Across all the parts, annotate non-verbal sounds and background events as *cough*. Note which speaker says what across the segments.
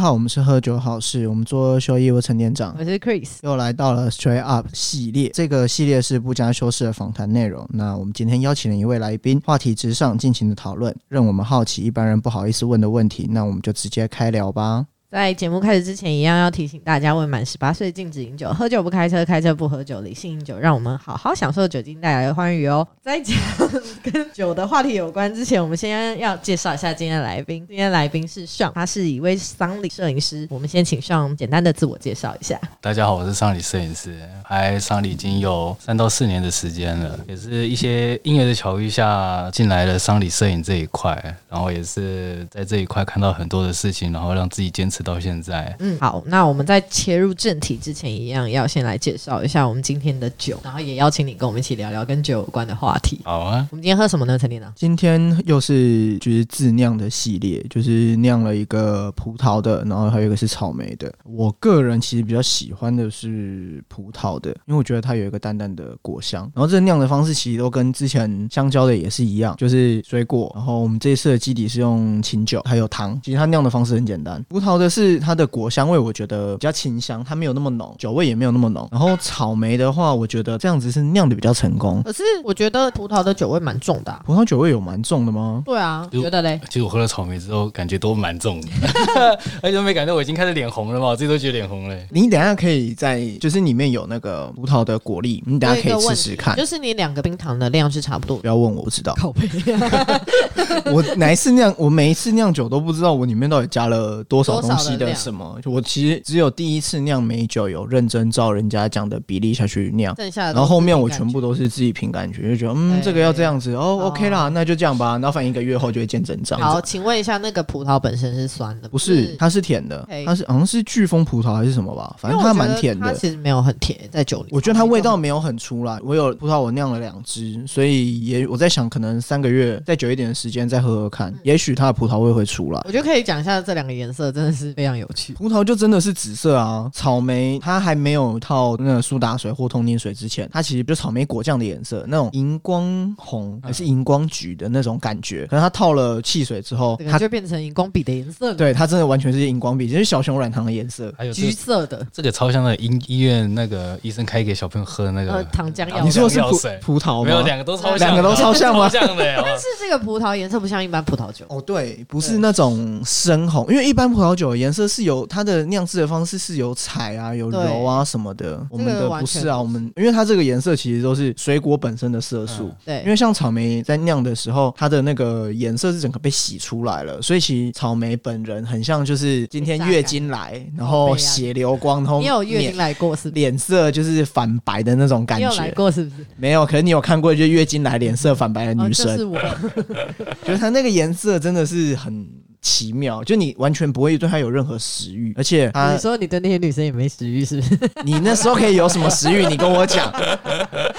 Speaker 1: 好，我们是喝酒好事，我们做修一，我陈店长。
Speaker 2: 我是 Chris，
Speaker 1: 又来到了 Straight Up 系列，这个系列是不加修饰的访谈内容。那我们今天邀请了一位来宾，话题之上尽情的讨论，让我们好奇一般人不好意思问的问题，那我们就直接开聊吧。
Speaker 2: 在节目开始之前，一样要提醒大家：未满十八岁禁止饮酒，喝酒不开车，开车不喝酒，理性饮酒。让我们好好享受酒精带来的欢愉哦。在讲 *laughs* 跟酒的话题有关之前，我们先要介绍一下今天的来宾。今天的来宾是尚，他是一位丧礼摄影师。我们先请尚简单的自我介绍一下。
Speaker 3: 大家好，我是丧礼摄影师，拍丧礼已经有三到四年的时间了，也是一些音乐的巧遇下进来了丧礼摄影这一块，然后也是在这一块看到很多的事情，然后让自己坚持到现在。
Speaker 2: 嗯，好，那我们在切入正题之前，一样要先来介绍一下我们今天的酒，然后也邀请你跟我们一起聊聊跟酒有关的话题。
Speaker 3: 好啊，
Speaker 2: 我们今天喝什么呢？陈店长？
Speaker 1: 今天又是就是自酿的系列，就是酿了一个葡萄的，然后还有一个是草莓的。我个人其实比较喜欢的是葡萄的，因为我觉得它有一个淡淡的果香。然后这酿的方式其实都跟之前香蕉的也是一样，就是水果。然后我们这一次的基底是用清酒还有糖，其实它酿的方式很简单。葡萄的是它的果香味，我觉得比较清香，它没有那么浓，酒味也没有那么浓。然后草莓的话，我觉得这样子是酿的比较成功。
Speaker 2: 可是我觉得葡萄的酒味蛮重的、啊。
Speaker 1: 葡萄酒味有蛮重的吗？
Speaker 2: 对啊，
Speaker 3: 就
Speaker 2: 觉得嘞，
Speaker 3: 其实我喝了草莓之后，感觉都蛮重的， *laughs* 而且都没感觉我已经开始脸红了嘛，我自己都觉得脸红了。
Speaker 1: 你等一下可以在，就是里面有那个葡萄的果粒，你等一下可以试试看。
Speaker 2: 就是你两个冰糖的量是差不多
Speaker 1: 不要问我不知
Speaker 2: *laughs*，
Speaker 1: 道
Speaker 2: 口碑、
Speaker 1: 我哪一次酿，我每一次酿酒都不知道我里面到底加了多少东西
Speaker 2: 多少的
Speaker 1: 的
Speaker 2: 量
Speaker 1: 什么。我其实只有第一次酿美酒有认真照人家讲的比例下去酿，
Speaker 2: 剩下的都是自己感觉，
Speaker 1: 然后后面我全部都是自己凭感觉，就觉得嗯
Speaker 2: 对
Speaker 1: 这个要这样子哦
Speaker 2: 哦
Speaker 1: ，OK 啦，那就这样吧。然后反正一个月后就会见真章。
Speaker 2: 好。请问一下，那个葡萄本身是酸的，
Speaker 1: 不是，它是甜的
Speaker 2: OK，
Speaker 1: 它是好像是飓风葡萄还是什么吧，反
Speaker 2: 因
Speaker 1: 正
Speaker 2: 为我
Speaker 1: 它
Speaker 2: 觉得
Speaker 1: 蛮甜的。
Speaker 2: 它其实没有很甜，在酒里，
Speaker 1: 我觉得它味道没有很出来。我有葡萄，我酿了两支，所以也我在想，可能三个月再久一点的时间再喝喝
Speaker 3: 嗯
Speaker 1: 看，也许它的葡萄味会出来。
Speaker 2: 我觉得可以讲一下这两个颜色，真的是非常有趣。
Speaker 1: 葡萄就真的是紫色啊，草莓它还没有套那个苏打水或通灵水之前，它其实就草莓果酱的颜色，那种荧光红
Speaker 3: 嗯
Speaker 1: 还是荧光橘的那种感觉。可是它套了汽水之后
Speaker 2: 这，
Speaker 1: 它
Speaker 2: 个就变成荧光笔的颜色了，
Speaker 1: 对它真的完全是荧光笔，就是小熊软糖的颜色。
Speaker 3: 还有这
Speaker 2: 橘色的，
Speaker 3: 这个超像那个医医院那个医生开给小朋友喝的那个，
Speaker 2: 呃，糖浆药
Speaker 3: 啊
Speaker 1: 你
Speaker 3: 你
Speaker 2: 的。
Speaker 1: 说
Speaker 3: 说
Speaker 1: 是
Speaker 3: 是
Speaker 1: 葡
Speaker 3: 葡
Speaker 1: 葡萄
Speaker 3: 没有
Speaker 1: 吗？
Speaker 3: 两个都超像的，
Speaker 1: 两个都超像吗
Speaker 3: *laughs* 超
Speaker 1: *laughs*
Speaker 3: 像的。好吧
Speaker 2: 但是这个葡萄颜色不像一般葡萄酒，
Speaker 1: 哦，对，不是
Speaker 2: 对
Speaker 1: 那种深红，因为一般葡萄酒的颜色是有它的酿制的方式是有彩啊、有柔啊什么的，我们的不是啊，我们因为它这个颜色其实都是水果本身的色素。
Speaker 3: 嗯
Speaker 2: 对，
Speaker 1: 因为像草莓在酿的时候，它的那个颜色是整个被洗出来了，所以其实草莓本人很像就是今天月经来，然后血流光通，
Speaker 2: 啊你有月经
Speaker 1: 脸
Speaker 2: 来过是不是？
Speaker 1: 脸色就是反白的那种感
Speaker 2: 你有来
Speaker 1: 觉。
Speaker 2: 过是不是？
Speaker 1: 没有，可是你有看过就是月经来脸色反白的
Speaker 2: 哦，
Speaker 1: 女生
Speaker 2: 就，是我，
Speaker 1: 就是它那个颜色真的是很奇妙，就你完全不会对它有任何食欲，而
Speaker 3: *laughs*
Speaker 1: 且它
Speaker 2: 你说你对那些女生也没食欲是
Speaker 1: *laughs*
Speaker 2: 不是？
Speaker 1: 你那时候可以有什么食欲？你跟我
Speaker 3: *laughs*
Speaker 1: 讲，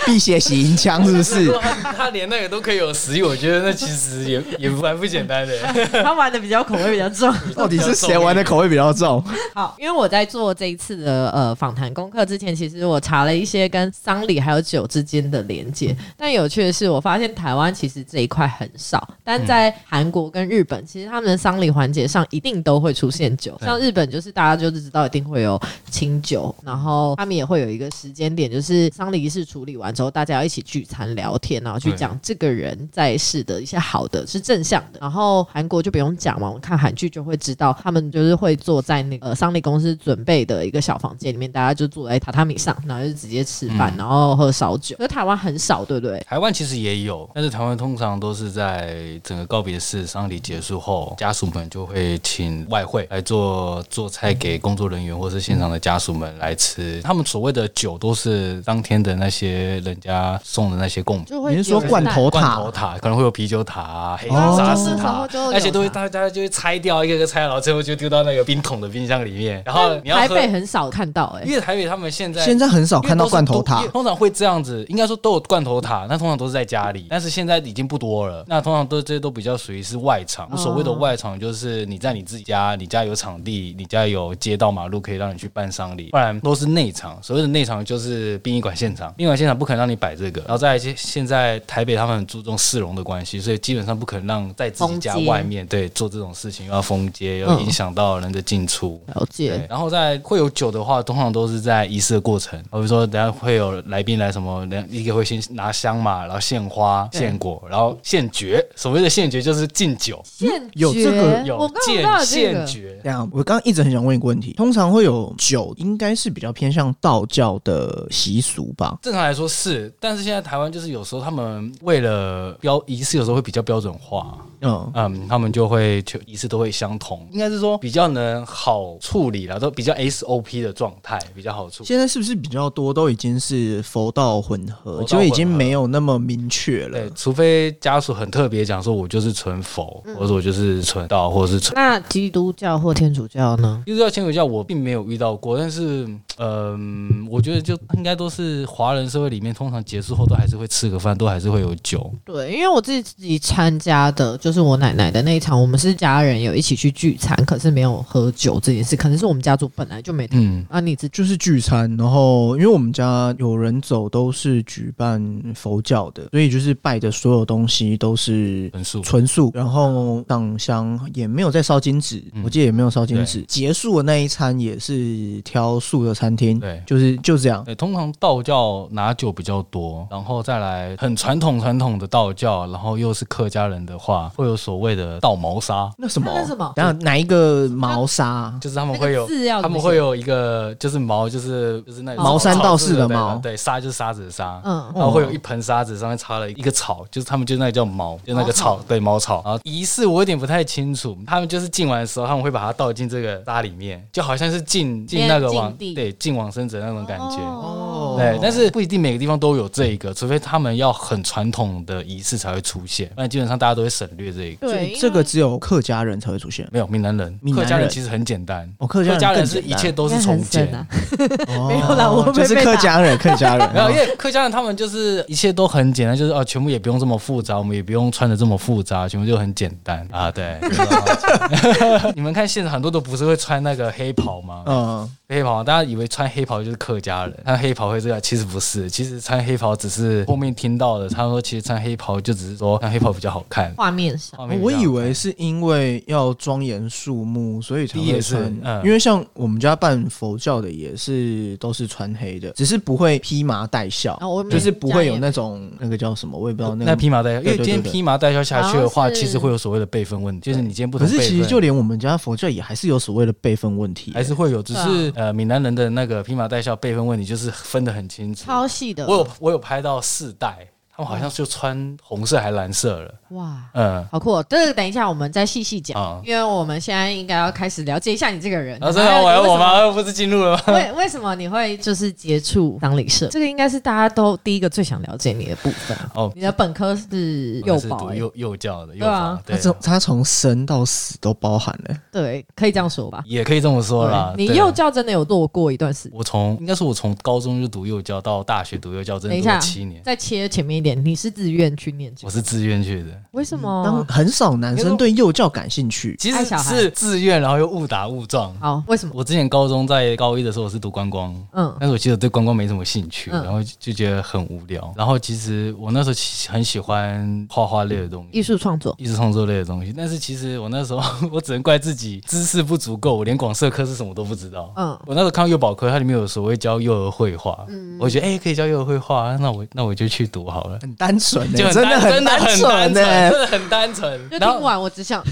Speaker 1: 辟邪洗银枪是不是？
Speaker 3: 他他连那个都可以有食欲，我觉得那其实也也蛮不简单 *laughs* 的。
Speaker 2: 他玩的比较口味比较重。
Speaker 1: 到底是谁玩的口味比较重？
Speaker 2: *laughs* 好，因为我在做这一次的呃访谈功课之前，其实我查了一些跟丧礼还有酒之间的连接。但有趣的是，我发现台湾其实这一块很少，但在韩国跟日本，其实他们的丧礼环节上一定都会出现酒。
Speaker 3: 对
Speaker 2: 像日本就是大家就是知道一定会有清酒，然后他们也会有一个时间点，就是丧礼仪式处理完之后，大家要一起聚餐聊天，然后去
Speaker 3: 对
Speaker 2: 讲这个人在世的一些好的是正向的。然后韩国就不用讲嘛，我们看韩剧就会知道，他们就是会坐在那个呃丧礼公司准备的一个小房间里面，大家就坐在榻榻米上，然后就直接吃饭，
Speaker 3: 嗯
Speaker 2: 然后喝烧酒。可是台湾很少，对不对？
Speaker 3: 台湾其实也有，但是台湾通常都是在整个告别式丧礼结束后，家属们就会请外汇来做做菜给工作人员或是现场的家属们来吃。他们所谓的酒都是当天的那些人家送的那些贡品。
Speaker 2: 就会
Speaker 1: 你是说
Speaker 2: 有人
Speaker 1: 罐
Speaker 2: 带
Speaker 1: 头
Speaker 3: 罐
Speaker 1: 塔
Speaker 3: 头？塔可能会有啤酒塔、啊黑
Speaker 1: 哦
Speaker 3: 沙士
Speaker 2: 那时候
Speaker 3: 塔
Speaker 2: 就有，
Speaker 3: 而且都会
Speaker 2: 塔
Speaker 3: 大家就会拆掉一个个拆，然后最后就丢到那个冰桶的冰箱里面。然后你要
Speaker 2: 台
Speaker 3: 喝，
Speaker 2: 北很少看到、
Speaker 3: 因
Speaker 2: 欸，
Speaker 3: 为台北他们现在
Speaker 1: 现在很少看到罐头
Speaker 3: 因
Speaker 1: 塔
Speaker 3: 为都是都因为。通常会这样子，应该说都有罐头塔，那通常都是在家里，但是现在已经不多了。那通常都这些都比较属于是外场。
Speaker 1: 哦
Speaker 3: 所谓的外场就是你在你自己家，你家有场地，你家有街道马路可以让你去办丧礼，不然都是内场。所谓的内场就是殡仪馆现场，殡仪馆现场不可能让你摆这个。然后再来现现在台北他们很注重市容的关系，所以基本上不可能让在自己家
Speaker 2: 封街
Speaker 3: 外面对做这种事情，又要封街，
Speaker 1: 嗯
Speaker 3: 又影响到人的进出。
Speaker 2: 了
Speaker 3: 对
Speaker 2: 解，，
Speaker 3: 然后在会有酒的话，通常都是在仪式的过程，比如说等下会有来宾来什么，人一个会先拿香嘛，然后献花、
Speaker 2: 对
Speaker 3: 献果，然后献爵。所谓的献爵就是敬酒，
Speaker 2: 现
Speaker 1: 有这个
Speaker 2: 觉
Speaker 3: 有
Speaker 2: 嗯我刚刚
Speaker 3: 见
Speaker 2: 到这
Speaker 3: 献
Speaker 2: 个，
Speaker 3: 爵。
Speaker 1: 这样，我刚刚一直很想问一个问题，通常会有酒，应该是比较偏向道教的习俗吧？
Speaker 3: 正常来说是，但是现在台湾就是有时候他们为了标仪式，有时候会比较标准化，
Speaker 1: 嗯，
Speaker 3: 嗯，他们就会就仪式都会相同，应该是说比较能好处理了，都比较 SOP 的状态比较好处理。
Speaker 1: 现在是不是比较多都已经是佛道混合，
Speaker 3: 佛道
Speaker 1: 就已经
Speaker 3: 混合
Speaker 1: 没有那么明确
Speaker 3: 对
Speaker 1: 了，？
Speaker 3: 除非家属很特别讲说，我就是纯佛，或者我就是纯道，或者是纯。
Speaker 2: 那基督教或天主教呢？
Speaker 3: 基督教、天主教我并没有遇到过，但是，嗯，我觉得就应该都是华人社会里面，通常结束后都还是会吃个饭，都还是会有酒。
Speaker 2: 对，因为我自己自己参加的，就是我奶奶的那一场，我们是家人有一起去聚餐，可是没有喝酒这件事，可能是我们家族本来就没。
Speaker 3: 嗯，
Speaker 2: 啊，你自己
Speaker 1: 就是聚餐，然后因为我们家有人走都是举办佛教的，所以就是拜的所有东西都是
Speaker 3: 纯素。
Speaker 1: 纯素，然后上香也没有在烧金纸，
Speaker 3: 嗯
Speaker 1: 我记得也没有烧金纸。结束的那一餐也是挑素的餐厅，
Speaker 3: 对
Speaker 1: 就是就这样。
Speaker 3: 对，通常道教拿酒比较多，然后再来很传统传统的道教，然后又是客家人的话，会有所谓的道毛杀，
Speaker 1: 那什么？
Speaker 2: 那是什么
Speaker 1: 等下哪一个毛纱？
Speaker 3: 就是他们
Speaker 2: 那
Speaker 3: 会
Speaker 2: 个
Speaker 3: 有。
Speaker 2: 字要
Speaker 3: 他
Speaker 2: 怎么
Speaker 3: 们
Speaker 2: 写
Speaker 3: 会有一个，就是毛，就是就是那
Speaker 1: 茅山道士的
Speaker 3: 对
Speaker 1: 茅
Speaker 3: 对，沙就是沙子的沙，
Speaker 2: 嗯
Speaker 3: 然后
Speaker 1: 哦
Speaker 3: 会有一盆沙子，上面插了一个草，就是他们就那个叫茅，就那个草，
Speaker 1: 哦
Speaker 3: 对，茅草。然后仪式我有点不太清楚，他们就是敬完的时候，他们会把它倒进这个沙里面，就好像是敬敬那个
Speaker 2: 敬
Speaker 3: 往
Speaker 2: 地
Speaker 3: 对敬往生者那种感觉。
Speaker 2: 哦
Speaker 3: 对，但是不一定每个地方都有这一个，除非他们要很传统的仪式才会出现，不然基本上大家都会省略这一个。
Speaker 1: 所以
Speaker 2: 对，因
Speaker 1: 这个
Speaker 2: 为
Speaker 1: 只有客家人才会出现。
Speaker 3: 没有闽南人，
Speaker 1: 闽南
Speaker 3: 客
Speaker 1: 人
Speaker 3: 家人其实很简单，
Speaker 1: 哦，客
Speaker 3: 客
Speaker 1: 家
Speaker 3: 家人
Speaker 1: 更
Speaker 3: 是
Speaker 1: 简
Speaker 3: 一
Speaker 1: 单
Speaker 3: 切都是
Speaker 2: 应该
Speaker 3: 重
Speaker 2: 很省
Speaker 3: 建。
Speaker 2: 啊，
Speaker 1: 哦
Speaker 2: *laughs* 没有啦我会
Speaker 1: 就
Speaker 2: 被
Speaker 1: 是
Speaker 2: 被
Speaker 1: 客
Speaker 2: 打
Speaker 1: 家人，客家人。
Speaker 3: *laughs* 没有，因为客家人他们就是一切都很简单，就是哦，全部也不用这么复杂，我们也不用穿的这么复杂，全部就很简单啊。对， *laughs* 你们看现在很多都不是会穿那个黑袍吗？
Speaker 1: 嗯，
Speaker 3: 黑袍，大家以为穿黑袍就是客家人，穿黑袍会这样，其实不是，其实穿黑袍只是后面听到的，他说其实穿黑袍就只是说穿黑袍比较好看。
Speaker 2: 画面上
Speaker 3: 画面比
Speaker 1: 哦我
Speaker 3: 较好
Speaker 1: 以
Speaker 3: 看
Speaker 1: 为是因为要庄严肃穆，所以才
Speaker 3: 也
Speaker 1: 会
Speaker 3: 是
Speaker 1: 穿。
Speaker 3: 嗯
Speaker 1: 因为像我们家办佛教的也是都是穿黑的，只是不会披麻戴孝，
Speaker 2: 啊我们
Speaker 1: 就是不
Speaker 2: 家
Speaker 1: 会
Speaker 2: 也
Speaker 1: 有那种那个叫什么，我也不知哦道那个
Speaker 3: 呃那披麻戴孝，因为
Speaker 1: 对对
Speaker 3: 今天
Speaker 1: 对对
Speaker 3: 披麻戴孝下去的
Speaker 2: 好
Speaker 3: 话，
Speaker 2: 像是
Speaker 3: 其实会有所谓的辈分问题，就是你今天不
Speaker 1: 可
Speaker 3: 同辈
Speaker 1: 是
Speaker 3: 分。
Speaker 1: 其实就连我们家佛教也还是有所谓的辈分问题、
Speaker 3: 还是会有，只
Speaker 2: 对
Speaker 3: 是
Speaker 2: 啊
Speaker 3: 呃，闽南人的那个披麻戴孝辈分问题就是分得很清楚。
Speaker 2: 超细的，
Speaker 3: 我有我有拍到四代，他们好像就穿红色还蓝色了，
Speaker 2: 哇。
Speaker 3: 嗯。
Speaker 2: 好酷、哦！这个等一下我们再细细讲，
Speaker 3: 啊
Speaker 2: 因为我们现在应该要开始了解一下你这个人。
Speaker 3: 然后真的
Speaker 2: 还有
Speaker 3: 啊我要
Speaker 2: 哎你为
Speaker 3: 我
Speaker 2: 什么
Speaker 3: 吗？不是进入了吗？
Speaker 2: 为为什么你会就是接触当理社？这个应该是大家都第一个最想了解你的部分。
Speaker 3: 哦
Speaker 2: 你的本科是
Speaker 3: 我
Speaker 2: 幼
Speaker 3: 是
Speaker 2: 保、
Speaker 3: 读
Speaker 2: 欸，
Speaker 3: 幼幼教的，幼
Speaker 2: 对啊
Speaker 3: 法
Speaker 1: 他
Speaker 3: 对，
Speaker 1: 从他从生到死都包含了、
Speaker 2: 对，可以这样说吧。
Speaker 3: 也可以这么说啦。
Speaker 2: 嗯对你
Speaker 3: 啊对
Speaker 2: 幼教真的有做过一段时间。
Speaker 3: 我从应该是我从高中就读幼教到大学读幼教，真
Speaker 2: 等
Speaker 3: 的
Speaker 2: 一
Speaker 3: 读
Speaker 2: 下
Speaker 3: 了七，年，
Speaker 2: 再切前面一点，你是自愿去念这
Speaker 3: 我
Speaker 2: 个？
Speaker 3: 是自愿去的。
Speaker 2: 为什
Speaker 1: 当
Speaker 2: 么？
Speaker 1: 很少男生对幼教感兴趣，
Speaker 3: 其
Speaker 2: 爱
Speaker 3: 实
Speaker 2: 小孩
Speaker 3: 是自愿，然后又误打误撞。
Speaker 2: 好，为什么？
Speaker 3: 我之前高中在高一的时候，我是读观光，
Speaker 2: 嗯，
Speaker 3: 但是我其实对观光没什么兴趣，
Speaker 2: 嗯
Speaker 3: 然后就觉得很无聊。然后其实我那时候其很喜欢画画类的东西
Speaker 2: 艺。术创作。
Speaker 3: 艺术创作类的东西，但是其实我那时候 *laughs* 我只能怪自己知识不足够，我连广社科是什么都不知道。
Speaker 2: 嗯
Speaker 3: 我那时候看到幼保科，它里面有所谓教幼儿绘画，我觉得哎、诶可以教幼儿绘画，那我那我就去读好了，
Speaker 1: 很单纯、欸，
Speaker 3: 就很
Speaker 1: 真的
Speaker 3: 单真的
Speaker 1: 单
Speaker 3: 很
Speaker 1: 纯欸呢、
Speaker 3: 单纯，真的很单纯。
Speaker 2: 就
Speaker 3: 然
Speaker 2: 听
Speaker 3: 后
Speaker 2: 完，我只想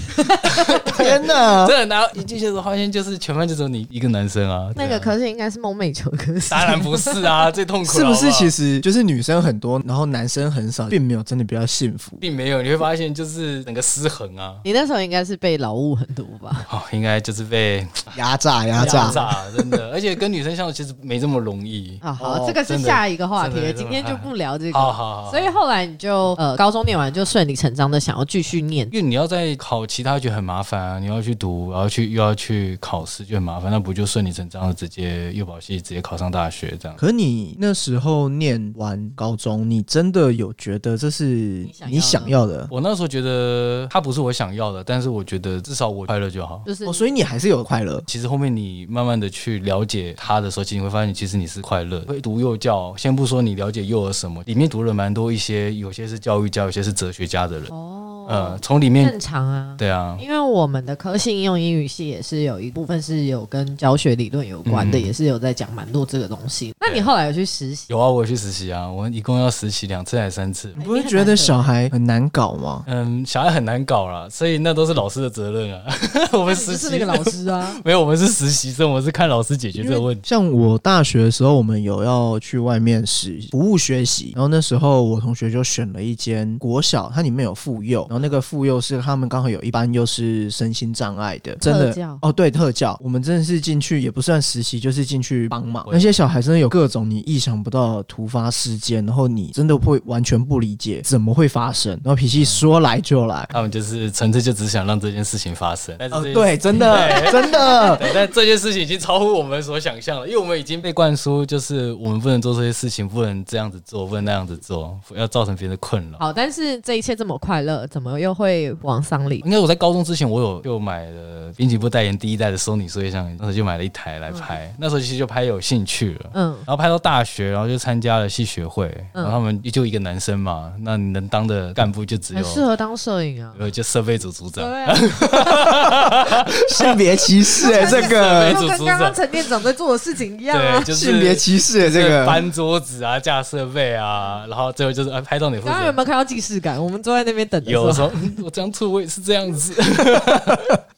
Speaker 1: 天哪！
Speaker 3: 真的，然后一进去的时候发现，就是全班就只有你一个男生啊。
Speaker 2: 那
Speaker 3: 对
Speaker 2: 个
Speaker 3: 啊
Speaker 2: 科系应该是梦寐求科
Speaker 3: *laughs*
Speaker 2: 系。
Speaker 3: 当然不是啊，最痛苦
Speaker 1: 是
Speaker 3: 了
Speaker 1: 不
Speaker 3: 好
Speaker 1: 是
Speaker 3: 好
Speaker 1: 其实就是女生很多，然后男生很少，并没有真的比较幸福。
Speaker 3: 并没有，你会发现就是整个失衡啊，
Speaker 2: 你那时候应该是被劳务很多吧？
Speaker 3: 哦，应该就是被
Speaker 1: 压榨，压榨，
Speaker 3: 榨，真的， *laughs* 而且跟女生相处其实没这么容易。
Speaker 1: 嗯
Speaker 2: 啊，好，
Speaker 3: 哦
Speaker 2: 这个是
Speaker 3: 真的
Speaker 2: 下一个话题
Speaker 3: 真，的
Speaker 2: 今天就不聊这个。
Speaker 3: 好好好，
Speaker 2: 所以后来你就呃高中念完就顺理成章的想要继续念
Speaker 3: 因为你要再考其他就很麻烦啊，你要去读，然后去又要去考试就很麻烦，那不就顺理成章的直接幼保系直接考上大学这样？
Speaker 1: 可你那时候念完高中，你真的有觉得这是
Speaker 2: 想要的
Speaker 1: 你想要的？
Speaker 3: 我那时候觉得它不是我想要的，但是我觉得至少我快乐就好。
Speaker 2: 就是
Speaker 1: 哦，所以你还是有快乐。
Speaker 3: 其实后面你慢慢的去了解它的时候，其实你会发现，其实你是快乐的。会读幼教，先不说你了解幼儿什么，里面读了蛮多一些，有些是教育家，有些是哲学家的人。
Speaker 2: 哦，
Speaker 3: 呃，从里面
Speaker 2: 正常啊。
Speaker 3: 对啊，
Speaker 2: 因为我们的科系应用英语系也是有一部分是有跟教学理论有关的，
Speaker 3: 嗯
Speaker 2: 也是有在讲蛮多这个东西。那你后来有去实习？
Speaker 3: 有啊，我有去实习啊，我一共要实习两次还是三次。
Speaker 1: 你不会觉得小孩很难搞吗？
Speaker 3: 嗯，小孩很难搞啦，所以那都是老师的责任啊。 *laughs* 我们
Speaker 2: 你
Speaker 3: 实
Speaker 2: 就是
Speaker 3: 习，
Speaker 2: 那个老师啊
Speaker 3: *laughs* 没有，我们是实习生，我们是看老师解决这个问题。
Speaker 1: 像我大学的时候，我们有要去外面实服务学习，然后那时候我同学就选了一间国小，它里面有妇幼，然后那个妇幼是他们刚好有一班又是身心障碍的，真
Speaker 2: 特
Speaker 1: 的
Speaker 2: 教
Speaker 1: 哦，对特教，我们真的是进去也不算实习，就是进去帮忙。
Speaker 3: 对
Speaker 1: 那些小孩真的有各种你意想不到的突发事件，然后你真的会完全不理解怎么会发生，然后脾气说来就来。
Speaker 3: 他们就是纯粹就只想让这件事情发生，但是
Speaker 1: 哦
Speaker 3: 这件，事
Speaker 1: 对，真的，真
Speaker 3: *laughs*
Speaker 1: 的，
Speaker 3: 对但这件事情已经超乎我们所想象了，因为我们已经被灌输，就是我们不能做这些事情，不能这样子做，不能那样子做，要造成别人的困扰。
Speaker 2: 好， *laughs* 但是这一切这么快乐，怎么又会往丧礼？
Speaker 3: 应该我在高中之前，我有就买了滨崎步代言第一代的 Sony 数位相机，那时候就买了一台
Speaker 1: 嗯
Speaker 3: 来拍，那时候其实就拍有兴趣了。
Speaker 2: 嗯，
Speaker 3: 然后拍到大学，然后就参加了戏学会，
Speaker 1: 嗯
Speaker 3: 然后他们就一个男生嘛，那你能当的干部就只
Speaker 2: 很
Speaker 3: 有
Speaker 2: 适合当摄影啊。
Speaker 3: 呃就设备组组长，
Speaker 2: 啊，
Speaker 1: 性别歧
Speaker 3: *laughs*
Speaker 1: 视哎、这
Speaker 3: 对
Speaker 1: 个
Speaker 2: 啊就跟刚刚陈店长在做的事情一样啊
Speaker 3: 啊对，。就是
Speaker 1: 性别歧视哎、这
Speaker 3: 就是
Speaker 1: 个
Speaker 3: 搬桌子啊、架设备啊，然后最后就是哎拍到你负
Speaker 2: 刚刚有
Speaker 3: 责。
Speaker 2: 没有看到既视感？我们坐在那边等的时
Speaker 3: *laughs* 有
Speaker 2: 候 *laughs*
Speaker 3: 的，时候嗯我这样吐，我也是这样子。 *laughs*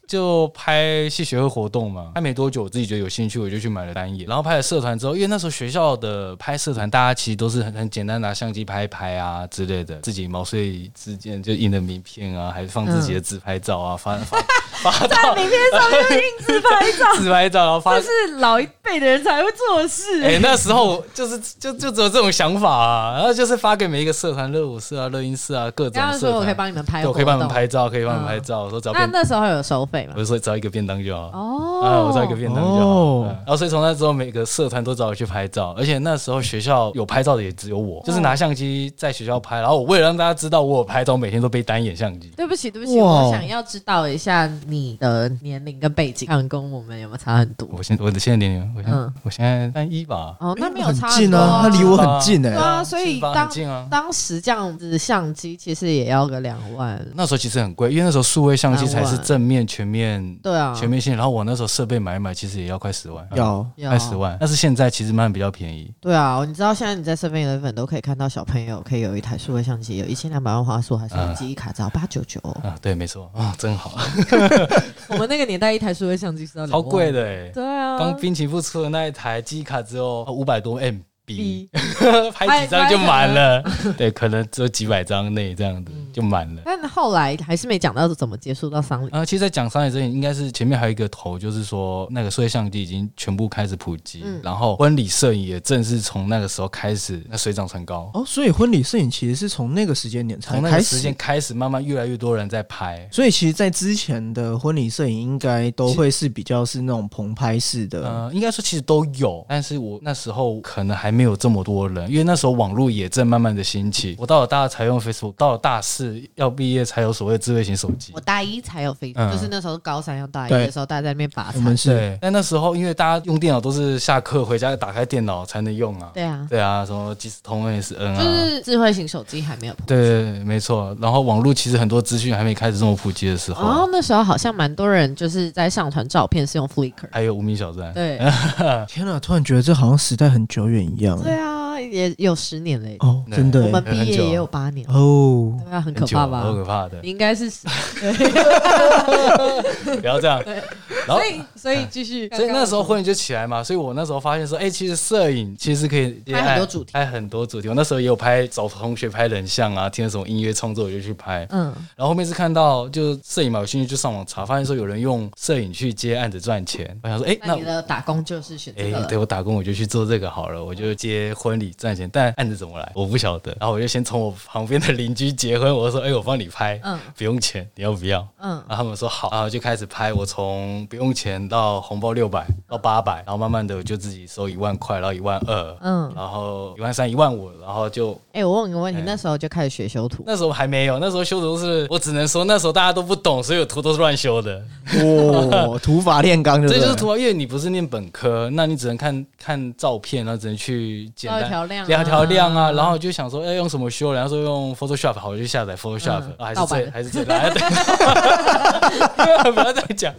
Speaker 3: 就拍戏学会活动嘛，拍没多久，我自己觉得有兴趣，我就去买了单眼，然后拍了社团之后，因为那时候学校的拍社团，大家其实都是很很简单拿相机拍一拍啊之类的，自己毛遂自荐就印了名片啊，还放自
Speaker 2: 嗯
Speaker 3: 己的自拍照啊，发发
Speaker 2: 在名片上面印自拍照，
Speaker 3: 自拍照，然后发
Speaker 2: 这是老一辈的人才会做的事。
Speaker 3: 哎、那时候就是就就只有这种想法啊，然后就是发给每一个社团，热舞社啊、乐音社啊，各种
Speaker 2: 刚刚
Speaker 3: 社
Speaker 2: 说我可以
Speaker 3: 团，
Speaker 2: 帮你们拍，嗯
Speaker 3: 对，我可以帮你们。拍照，可以帮你们拍照。我说只要
Speaker 2: 那
Speaker 3: 便，
Speaker 2: 那时候有收费吗
Speaker 3: 我？就说只要一个便当就好。
Speaker 2: 哦，
Speaker 3: 啊，我找一个便当就好。
Speaker 1: 哦
Speaker 3: 嗯然后所以从那之后，每个社团都找我去拍照，而且那时候学校有拍照的也只有
Speaker 2: 嗯
Speaker 3: 我，就是拿相机在学校拍。然后我为了让大家知道我有拍照，我每天都背单眼相机。
Speaker 2: 对不起，对不起，
Speaker 1: 哇
Speaker 2: 我想要知道一下你的年龄跟背景，看跟我们有没有差很多。
Speaker 3: 我哎现我的现在年龄，我现在、
Speaker 2: 嗯
Speaker 3: 我现在单一吧，
Speaker 2: 哦，那没有
Speaker 1: 很
Speaker 2: 差
Speaker 1: 近
Speaker 2: 多
Speaker 1: 啊，他离我很近哎、
Speaker 2: 对啊，所以
Speaker 3: 是吧
Speaker 2: 当
Speaker 3: 很近啊。
Speaker 2: 当时这样子相机其实也要个两万，
Speaker 3: 那时候其实很贵，因为那时候数位相机才是正面全面
Speaker 2: 对啊，
Speaker 3: 全面性，然后我那时候设备买一买，其实也要快十万，
Speaker 1: 要
Speaker 2: 要
Speaker 3: 快十万。但是现在其实慢慢比较便宜，
Speaker 2: 对啊，你知道现在你在 Seven Eleven 都可以看到小朋友可以有一台数位相机，有一千两百万画素，还是记忆卡只要八九
Speaker 3: *laughs*
Speaker 2: 九。
Speaker 3: 啊，对，没错，啊，真好，
Speaker 2: 我们那个年代一台数位相机是要
Speaker 3: 超贵
Speaker 2: 的，
Speaker 3: 的哎。
Speaker 2: 对啊，
Speaker 3: 刚滨崎步出的那一台记忆卡只有呃五百多 MB，
Speaker 2: 比
Speaker 3: *laughs* 拍几张就满了， *laughs* 对，可能只有几百张内这样子就满了。
Speaker 2: 但后来还是没讲到怎么接触到丧礼。
Speaker 3: 啊，其实，在讲商业之前，应该是前面还有一个头，就是说那个数位相机已经全部开始普及，
Speaker 2: 嗯
Speaker 3: 然后婚礼摄影也正是从那个时候开始，那水涨船高。
Speaker 1: 哦，所以婚礼摄影其实是从那个时间点才
Speaker 3: 从那个
Speaker 1: 开
Speaker 3: 时
Speaker 1: 始
Speaker 3: 间。开始，慢慢越来越多人在拍，
Speaker 1: 所以其实，在之前的婚礼摄影应该都会是比较是那种棚拍式的，
Speaker 3: 呃，应该说其实都有，但是我那时候可能还没有这么多人，因为那时候网络也正慢慢的兴起。我到了大二才用 Facebook，到了大四要毕业才有所谓的智慧型手机
Speaker 2: 我。大一才有飞，
Speaker 3: 嗯
Speaker 2: 就是那时候高三要大一的时候，大家在那边拔
Speaker 1: 我
Speaker 2: 草。
Speaker 1: 们是
Speaker 3: 呃对，但那时候因为大家用电脑都是下课回家打开电脑才能用啊。
Speaker 2: 对啊，
Speaker 3: 对啊，什么即时通 NSN 啊。
Speaker 2: 就是智慧型手机还没有普及。
Speaker 3: 对对，对没错。然后网络其实很多资讯还没开始这么普及的时
Speaker 2: 然后
Speaker 3: 候，
Speaker 2: 那时候好像蛮多人就是在上传照片是用 Flickr。
Speaker 3: 还有无名小站。
Speaker 2: 对
Speaker 3: 啊
Speaker 1: 天哪、突然觉得这好像时代很久远一样、
Speaker 2: 对啊，也有十年嘞，
Speaker 1: 哦，
Speaker 3: 对
Speaker 1: 真的
Speaker 2: 我们
Speaker 1: 欸、
Speaker 2: 毕业
Speaker 3: 很久啊
Speaker 2: 也有八年，
Speaker 1: 哦，
Speaker 2: 对啊，很
Speaker 3: 很
Speaker 2: 可
Speaker 3: 久
Speaker 2: 怕
Speaker 3: 了
Speaker 2: 吧
Speaker 3: 好？可怕的
Speaker 2: 你，应该
Speaker 3: *laughs*
Speaker 2: 是，所
Speaker 3: 不要这样。然后哎
Speaker 2: 以所以继续，
Speaker 3: 所以那时候婚礼就起来嘛，所以我那时候发现说，哎、其实摄影其实可以哎
Speaker 2: 拍很多主题
Speaker 3: 拍很多主题。我那时候也有拍找同学拍人像啊，听什么音乐创作我就去拍。
Speaker 2: 嗯，
Speaker 3: 然后后面是看到就摄影嘛，有兴趣就上网查，发现说有人用摄影去接案子赚钱。我想说，哎、
Speaker 2: 那
Speaker 3: 那
Speaker 2: 你的打工就是选
Speaker 3: 哎、
Speaker 2: 这个了
Speaker 3: 对我打工我就去做这个好了，我就接婚礼赚钱，但案子怎么来我不晓得。然后我就先从我旁边的邻居结婚，我就说：“哎、我帮你拍，
Speaker 2: 嗯
Speaker 3: 不用钱，你要不要？”
Speaker 2: 嗯
Speaker 3: 然后他们说好，然后就开始拍。我从不用钱到红包六百到八百，然后慢慢的我就自己收一万块，然后一万二，
Speaker 2: 嗯，
Speaker 3: 然后一万三、一万五，然后就
Speaker 2: 哎、我问你个问题，
Speaker 3: 啊哎
Speaker 2: 那时候就开始学修图，
Speaker 3: 那时候还没有，那时候修图是我只能说那时候大家都不懂，所有图都是乱修的。
Speaker 1: *laughs* 哇，土法炼钢就
Speaker 3: 这
Speaker 1: 对
Speaker 3: 就是
Speaker 1: 了
Speaker 3: 图，因为你不是念本科，那你只能看看照片，然后只能去简
Speaker 2: 调
Speaker 3: 单
Speaker 2: 调亮啊
Speaker 3: 调调亮啊，然后就想说要用什么修，然后说用 Photoshop，好，我就下载 Photoshop，、
Speaker 2: 嗯
Speaker 3: 啊还
Speaker 2: 盗
Speaker 3: 是
Speaker 2: 版
Speaker 3: 最
Speaker 2: 的
Speaker 3: 还是最烂，对 *laughs* 不要再讲。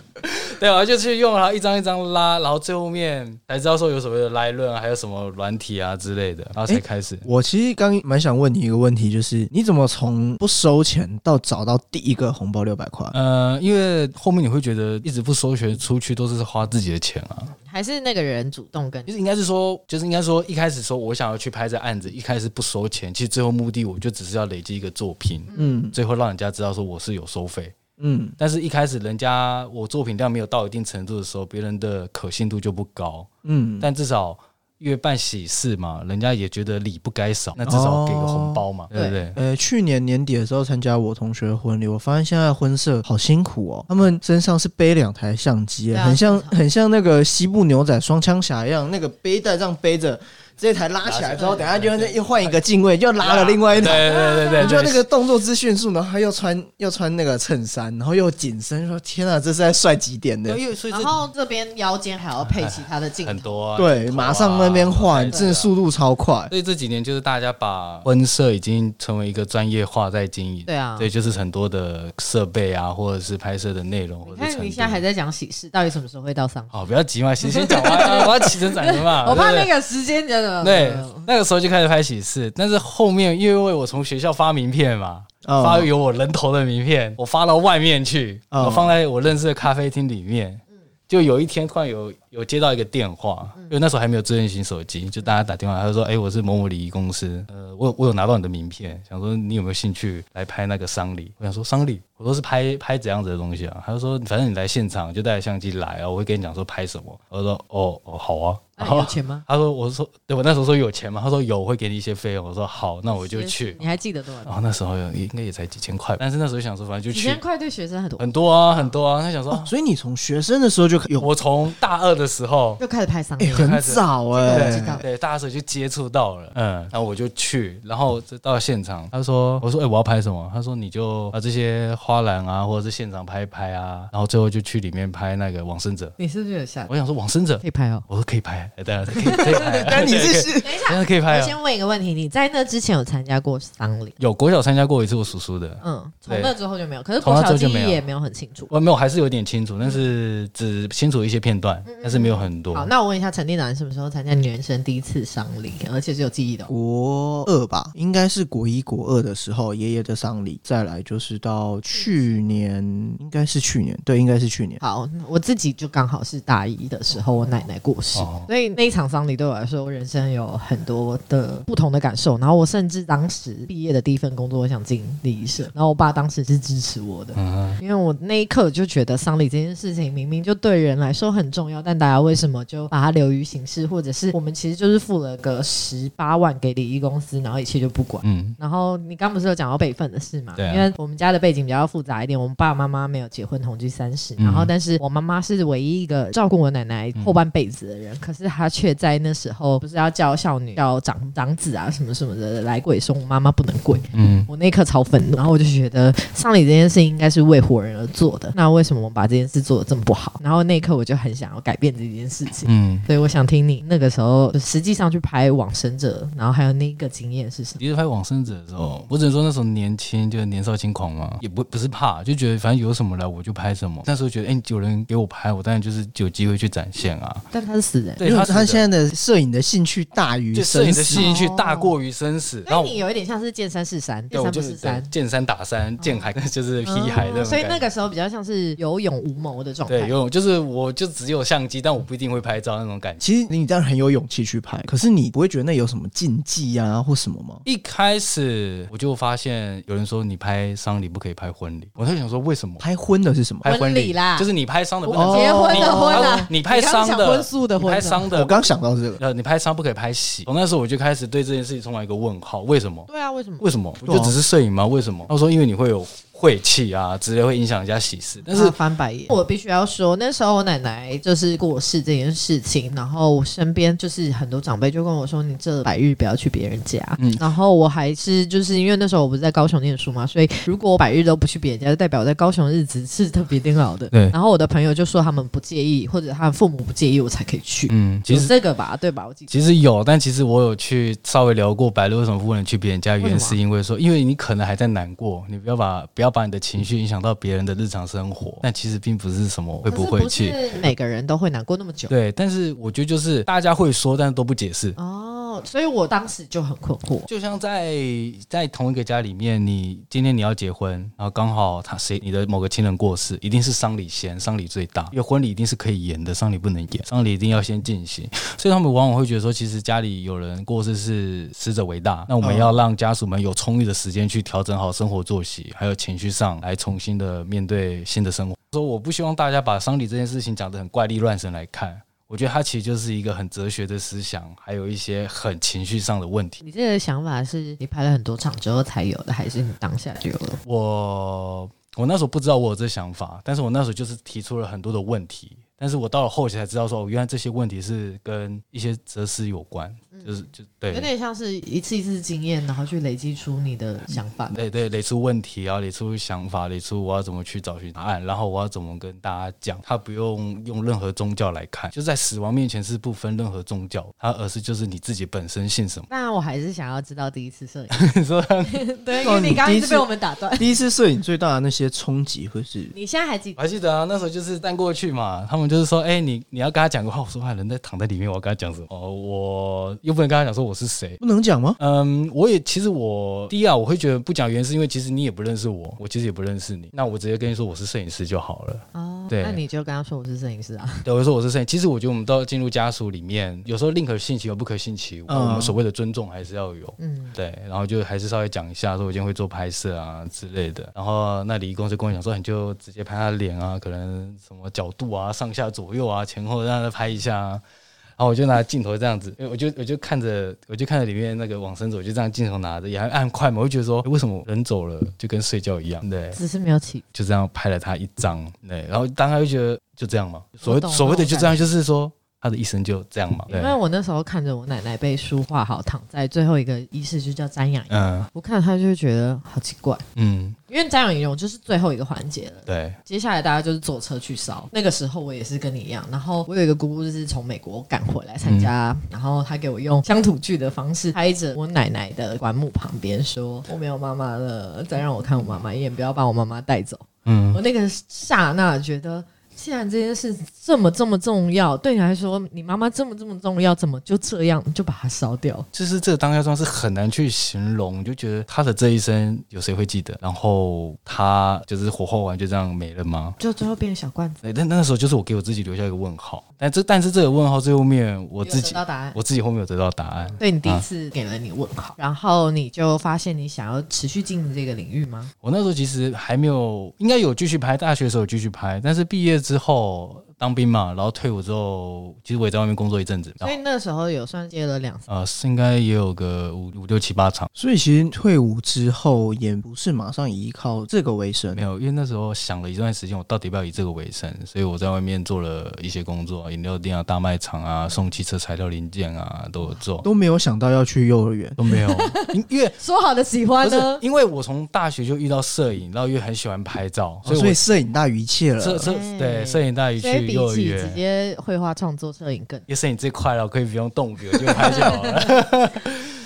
Speaker 3: 对，啊我就去用，然后一张一张拉，然后最后面才知道说有所谓的 Lightroom，还有什么软体啊之类的，然后才开始。
Speaker 1: 我其实刚蛮想问你一个问题，就是你怎么从不收钱到找到第一个红包六百块？
Speaker 3: 呃，因为后面你会觉得一直不收学出去都是花自己的钱啊，
Speaker 2: 还是那个人主动跟
Speaker 3: 其
Speaker 2: 你？
Speaker 3: 实应该是说，就是应该说，一开始说我想要去拍这案子，一开始不收钱，其实最后目的我就只是要累积一个作品，
Speaker 1: 嗯
Speaker 3: 最后让人家知道说我是有收费。
Speaker 1: 嗯
Speaker 3: 但是一开始人家我作品量没有到一定程度的时候，别人的可信度就不高。
Speaker 1: 嗯，
Speaker 3: 但至少因为办喜事嘛，人家也觉得礼不该少，那至少给个红包哦嘛，对不对？
Speaker 1: 呃，去年年底的时候参加我同学的婚礼，我发现现在的婚摄好辛苦哦，他们身上是背两台相机，
Speaker 2: 对啊
Speaker 1: 很像
Speaker 2: 是啊
Speaker 1: 很像那个西部牛仔双枪侠一样，那个背带这样背着，这台拉起来
Speaker 3: 拉起来
Speaker 1: 之后，等下就再又换一个敬畏，又拉
Speaker 2: 啊
Speaker 1: 了另外一
Speaker 3: 对
Speaker 1: 台。
Speaker 3: 对对对
Speaker 1: 我觉
Speaker 3: 对，
Speaker 1: 得那个动作之迅速，然后他又穿又穿那个衬衫，然后又紧身，说天啊，这是在帅几点的？
Speaker 3: 因为所以
Speaker 2: 然
Speaker 3: 这
Speaker 2: 后这边腰间还要配其他的镜
Speaker 3: 很
Speaker 2: 头，
Speaker 3: 多、啊、
Speaker 1: 对，马上那边换，真的
Speaker 3: 速。
Speaker 1: 速度超快。
Speaker 3: 所以这几年就是大家把婚摄已经成为一个专业化在经营，
Speaker 2: 对啊
Speaker 3: 对，就是很多的设备啊，或者是拍摄的内容，或
Speaker 2: 你
Speaker 3: 者是
Speaker 2: 看
Speaker 3: 程度
Speaker 2: 你现在还在讲喜事，到底什么时候会到丧事？
Speaker 3: 哦，不要急嘛，先先讲完 *laughs* 啊，我要起承转合嘛，
Speaker 2: *laughs* 我怕
Speaker 3: 对不对
Speaker 2: 那个时间真的
Speaker 3: 对，那个时候就开始拍喜事，但是后面因为我从学校发名片嘛，
Speaker 1: 哦
Speaker 3: 发有我人头的名片，我发到外面去，
Speaker 1: 哦
Speaker 3: 我放在我认识的咖啡厅里面。
Speaker 2: 嗯
Speaker 3: 就有一天突然有有接到一个电话，因为那时候还没有智能型手机，就大家打电话，他就说：“哎、我是某某礼仪公司，呃，我有我有拿到你的名片，想说你有没有兴趣来拍那个丧礼？”我想说丧礼，我都是拍拍怎样子的东西啊？他就说：“反正你来现场就带着相机来啊，我会跟你讲说拍什么。”我说：“哦哦，好啊。”
Speaker 2: 呃那你
Speaker 3: 然后
Speaker 2: 有钱吗？
Speaker 3: 他说：“我说，对我那时候说有钱嘛，他说有，我会给你一些费用。我说好，那我就去
Speaker 2: 你。还记得多少
Speaker 3: 然
Speaker 2: 钱？
Speaker 3: 后那时候有应该也才几千块，但是那时候想说，反正就
Speaker 2: 几
Speaker 3: 去
Speaker 2: 千，块对学生很多，
Speaker 3: 很多啊，很多啊。他想说，
Speaker 1: 哦，所以你从学生的时候就有，
Speaker 3: 我从大二的
Speaker 1: *laughs*
Speaker 3: 时候，
Speaker 2: 又开始拍丧
Speaker 1: 哎，
Speaker 2: 礼。
Speaker 1: 很早
Speaker 2: 我
Speaker 1: 哎
Speaker 2: 知，道
Speaker 3: 对，大二时候就接触到了，嗯，然后我就去，然后就到现场，他说，我说，哎、我要拍什么？他说，你就把这些花篮啊，或者是现场拍一拍啊，然后最后就去里面拍那个往生者。
Speaker 2: 你是不是有下？
Speaker 3: 我想说往生者，
Speaker 2: 可以拍哦。
Speaker 3: 我说可以拍，哎对啊，可以可以
Speaker 2: *laughs*
Speaker 3: 拍，
Speaker 1: 但你
Speaker 3: 对
Speaker 1: 是
Speaker 3: 可以
Speaker 1: 是
Speaker 2: 等一
Speaker 3: 等一
Speaker 2: 下，
Speaker 3: 下可以拍
Speaker 2: 我
Speaker 3: 啊。
Speaker 2: 先问一个问题：你在那之前有参加过丧礼？
Speaker 3: 有国小参加过一次我叔叔的，
Speaker 2: 嗯，从
Speaker 3: 对
Speaker 2: 那之后就没有。可是
Speaker 3: 从
Speaker 2: 国
Speaker 3: 那之
Speaker 2: 小
Speaker 3: 后
Speaker 2: 记
Speaker 3: 就没有
Speaker 2: 忆也没有很清楚。
Speaker 3: 我没有，还是有点清楚，但是
Speaker 2: 嗯
Speaker 3: 只清楚一些片段，但是没有很多。
Speaker 2: 好，那我问一下，陈定南什么时候参加你人生第一次丧礼，而且是有记忆的哦？
Speaker 1: 国二吧，应该是国一国二的时候，爷爷的丧礼。再来就是到去年，应该是去年，对，应该是去年。
Speaker 2: 好，我自己就刚好是大一的时候，我奶奶过世，
Speaker 3: 哦
Speaker 2: 所以那一场丧礼对我来说，我人生有很多的不同的感受。然后我甚至当时毕业的第一份工作，我想进礼仪社，然后我爸当时是支持我的，
Speaker 3: 嗯，
Speaker 2: 因为我那一刻就觉得丧礼这件事情明明就对人来说很重要，但大家为什么就把它流于形式，或者是我们其实就是付了个十八万给礼仪公司，然后一切就不管。
Speaker 3: 嗯，
Speaker 2: 然后你刚不是有讲到辈分的事嘛？
Speaker 3: 对啊
Speaker 2: 因为我们家的背景比较复杂一点，我们爸爸妈妈没有结婚同居三十、
Speaker 3: 嗯
Speaker 2: 然后但是我妈妈是唯一一个照顾我奶奶后半辈子的人，可是她却在那时候不是要叫孝女、叫长长子啊什么什么的来跪送，我妈妈不能跪。
Speaker 3: 嗯
Speaker 2: 我那一刻超愤怒，然后我就觉得丧礼这件事应该是为活人而做的，那为什么我们把这件事做的这么不好？然后那一刻我就很想要改变这件事情。
Speaker 3: 嗯，
Speaker 2: 所以我想听你那个时候就实际上去拍往生者，然后还有那个经验是什么？
Speaker 3: 其实拍《往生者》的时
Speaker 2: 嗯
Speaker 3: 候，我只能说那时候年轻，就是年少轻狂嘛，也不不是怕，就觉得反正有什么来我就拍什么。那时候觉得，哎、有人给我拍，我当然就是有机会去展现啊。
Speaker 2: 但他是死人，
Speaker 3: 对，
Speaker 1: 因为
Speaker 3: 是
Speaker 1: 他
Speaker 3: 的
Speaker 1: 现在的摄影的兴趣大于
Speaker 3: 就摄影
Speaker 1: 生
Speaker 3: 的
Speaker 1: 死。
Speaker 3: 兴趣
Speaker 2: 哦
Speaker 3: 大过于生死，然
Speaker 2: 但
Speaker 3: 后
Speaker 2: 哦你
Speaker 3: 我
Speaker 2: 有一点像是见山是山，
Speaker 3: 对
Speaker 2: 见
Speaker 3: 我
Speaker 2: 山不
Speaker 3: 就是是
Speaker 2: 山
Speaker 3: 对，见山打山，见海 *laughs* 就是劈海
Speaker 2: 哦
Speaker 3: 那
Speaker 2: 嗯
Speaker 3: 种
Speaker 2: 所以
Speaker 3: 感
Speaker 2: 那
Speaker 3: 觉。
Speaker 2: 个时候比较像是有勇无谋的状态。
Speaker 3: 对，游泳就是我就只有相机，但我不一定会拍照那种感觉。
Speaker 1: 其实你当然很有勇气去拍，可是你不会觉得那有什么禁忌啊或什么吗？
Speaker 3: 一开始我就发现有人说你拍丧礼不可以拍婚婚礼。我在想说，为什么
Speaker 4: 拍婚的是什么？
Speaker 3: 拍
Speaker 2: 婚
Speaker 3: 婚
Speaker 2: 礼啦
Speaker 3: 就是你拍伤的不
Speaker 4: 哦
Speaker 3: 能
Speaker 2: 结婚的婚
Speaker 4: 哦
Speaker 2: 啊，
Speaker 3: 你拍
Speaker 2: 刚刚
Speaker 3: 伤
Speaker 2: 讲
Speaker 3: 的
Speaker 2: 婚宿的
Speaker 3: 你
Speaker 2: 婚啊，
Speaker 3: 拍伤
Speaker 4: 我
Speaker 3: 的，
Speaker 4: 刚想到这个，
Speaker 3: 呃，你拍伤不可以拍喜。从那时候我就开始对这件事情充满一个问号，为什么？
Speaker 2: 对啊，为什么？
Speaker 3: 为什么？不就只是摄影吗？为什么？他说因为你会有晦气啊之类，会影响人家喜事。但是
Speaker 2: 啊翻白眼。我必须要说，那时候我奶奶就是过世这件事情，然后我身边就是很多长辈就跟我说：“你这百日不要去别人家。”
Speaker 3: 嗯
Speaker 2: 然后我还是就是因为那时候我不是在高雄念书嘛，所以如果我百日都不去别人家，就代表我在高雄的日子是特别煎熬的。
Speaker 3: 对
Speaker 2: 然后我的朋友就说他们不介意，或者他们父母不介意，我才可以去。
Speaker 3: 嗯，其
Speaker 2: 有
Speaker 3: 实
Speaker 2: 这个吧，对吧？我记得。
Speaker 3: 其实有，但其实我有去稍微聊过白鹿为什么不能去别人家，原因是因为说，因为你可能还在难过，你不要把不要把你的情绪影响到别人的日常生活。但其实并不哦是什么会不会去。
Speaker 2: 可是不是每个人都会难过那么久
Speaker 3: 对，但是我觉得就是大家会说，但是都不解释。
Speaker 2: 哦，所以我当时就很困惑。
Speaker 3: 就像在在同一个家里面，你今天你要结婚，然后刚好他谁你的某个亲人过世，一定是丧礼先，丧礼最大，因为婚礼一定是可以延的，丧礼不能延，丧礼一定要先进行。所以他们往往会觉得说，其实家里有人过世是死者为大，那我们要让家属们有充裕的时间去调整好生活作息，还有情绪上来重新的面对新的生活。说我不希望大家把丧礼这件事情讲得很怪力乱神来看。我觉得它其实就是一个很哲学的思想，还有一些很情绪上的问题。
Speaker 2: 你这个想法是你拍了很多场之后才有的，还是你当下就有了？
Speaker 3: 我我那时候不知道我有这想法，但是我那时候就是提出了很多的问题，但是我到了后期才知道说，哦，原来这些问题是跟一些哲思有关，就是
Speaker 2: 嗯
Speaker 3: 就
Speaker 2: 有
Speaker 3: 对。
Speaker 2: 点像是一次一次经验，然后去累积出你的想法。
Speaker 3: 对对，垒出问题啊，垒出想法，垒出我要怎么去找寻答案，然后我要怎么跟大家讲，他不用用任何宗教来看，就在死亡面前是不分任何宗教，它而是就是你自己本身信什么。
Speaker 2: 那我还是想要知道第一次摄影，
Speaker 3: *laughs* 你说
Speaker 2: *laughs*
Speaker 3: *laughs* 哦
Speaker 2: 对，
Speaker 4: 因为你刚刚一直被我
Speaker 2: 们打断。
Speaker 4: 第一次摄影最大的那些冲击会是
Speaker 2: 你现在还记
Speaker 3: 我还记得啊，那时候就是站过去嘛，他们就是说，哎、你你要跟他讲个话，我说啊，人在躺在里面，我要跟他讲什么？哦，我又不能跟他讲说我是谁。
Speaker 4: 不能讲吗？
Speaker 3: 嗯，我也其实我第一啊，我会觉得不讲原因是因为其实你也不认识我，我其实也不认识你，那我直接跟你说我是摄影师就好了。
Speaker 2: 哦，
Speaker 3: 对
Speaker 2: 那你就跟他说我是摄影师啊。
Speaker 3: 对，我就说我是摄影，其实我觉得我们到进入家属里面，有时候宁可信其有，不可信其无，
Speaker 4: 嗯
Speaker 3: 我们所谓的尊重还是要有。
Speaker 2: 嗯，
Speaker 3: 对，然后就还是稍微讲一下，说我今天会做拍摄啊之类的。然后那礼仪公司跟我讲说，你就直接拍他脸啊，可能什么角度啊、上下左右啊、前后让他拍一下、啊。然后我就拿镜头这样子，因为我就我 *laughs* 就看着我就看着里面那个往生者，我就这样镜头拿着，也还按快门，我就觉得说，诶为什么人走了就跟睡觉一样？对，
Speaker 2: 只是没有起。
Speaker 3: 就这样拍了他一张。对，然后当他就觉得就这样嘛，所
Speaker 2: 我
Speaker 3: 谓
Speaker 2: 懂
Speaker 3: 所谓的
Speaker 2: 我懂
Speaker 3: 就这样，就是说他的一生就这样嘛。对
Speaker 2: 因，为我那时候看着我奶奶被书画好躺在最后一个仪式，就叫瞻仰仪。
Speaker 3: 嗯
Speaker 2: 我看她就会觉得好奇怪，
Speaker 3: 嗯，
Speaker 2: 因为瞻仰仪容就是最后一个环节了。
Speaker 3: 对，
Speaker 2: 接下来大家就是坐车去烧。那个时候我也是跟你一样，然后我有一个姑姑就是从美国赶回来参加，然后她给我用乡土剧的方式拍着我奶奶的棺木旁边说：“我没有妈妈了，再让我看我妈妈一眼，不要把我妈妈带走。”
Speaker 3: 嗯
Speaker 2: 我那个刹那觉得。既然这件事这么这么重要，对你来说，你妈妈这么这么重要，怎么就这样就把它烧掉？
Speaker 3: 就是这个当下状是很难去形容，你就觉得他的这一生有谁会记得？然后他就是火化完就这样没了吗？
Speaker 2: 就最后变成小罐子。
Speaker 3: 对，但那时候就是我给我自己留下一个问号，但这但是这个问号最后面我
Speaker 2: 你
Speaker 3: 自
Speaker 2: 有得
Speaker 3: 己
Speaker 2: 到答案。
Speaker 3: 我自己后面有得到答案，
Speaker 2: 对你第一
Speaker 3: 啊
Speaker 2: 次给了你问号，然后你就发现你想要持续经营这个领域吗？
Speaker 3: 我那时候其实还没有，应该有继续拍，大学的时候有继续拍，但是毕业之后当兵嘛，然后退伍之后，其实我也在外面工作一阵子，然
Speaker 2: 所
Speaker 3: 后
Speaker 2: 以那时候有算接了两次，
Speaker 3: 呃是应该也有个五五六七八场。
Speaker 4: 所以其实退伍之后也不是马上依靠这个为生
Speaker 3: 没，有，因为那时候想了一段时间，我到底要不要以这个为生，所以我在外面做了一些工作，饮料店啊、大卖场啊、送汽车材料零件啊，都有做，
Speaker 4: 都没有想到要去幼儿园。
Speaker 3: 都
Speaker 4: *laughs*
Speaker 3: 没有，因因为
Speaker 2: 说好的喜欢
Speaker 3: 不是
Speaker 2: 呢？
Speaker 3: 因为我从大学就遇到摄影，然后又很喜欢拍照，
Speaker 4: 哦
Speaker 3: 所以
Speaker 4: 所以
Speaker 3: 我
Speaker 4: 摄影大于一切
Speaker 3: 摄
Speaker 4: 了。
Speaker 3: 摄
Speaker 2: 哎
Speaker 3: 对摄影大于
Speaker 2: 所以
Speaker 3: 去
Speaker 2: 比
Speaker 3: 幼儿
Speaker 2: 起直
Speaker 3: 园。嗯
Speaker 2: 接绘画创作摄影更，
Speaker 3: 因为摄影最快了，我可以不用动笔，我就拍就好了。 *laughs*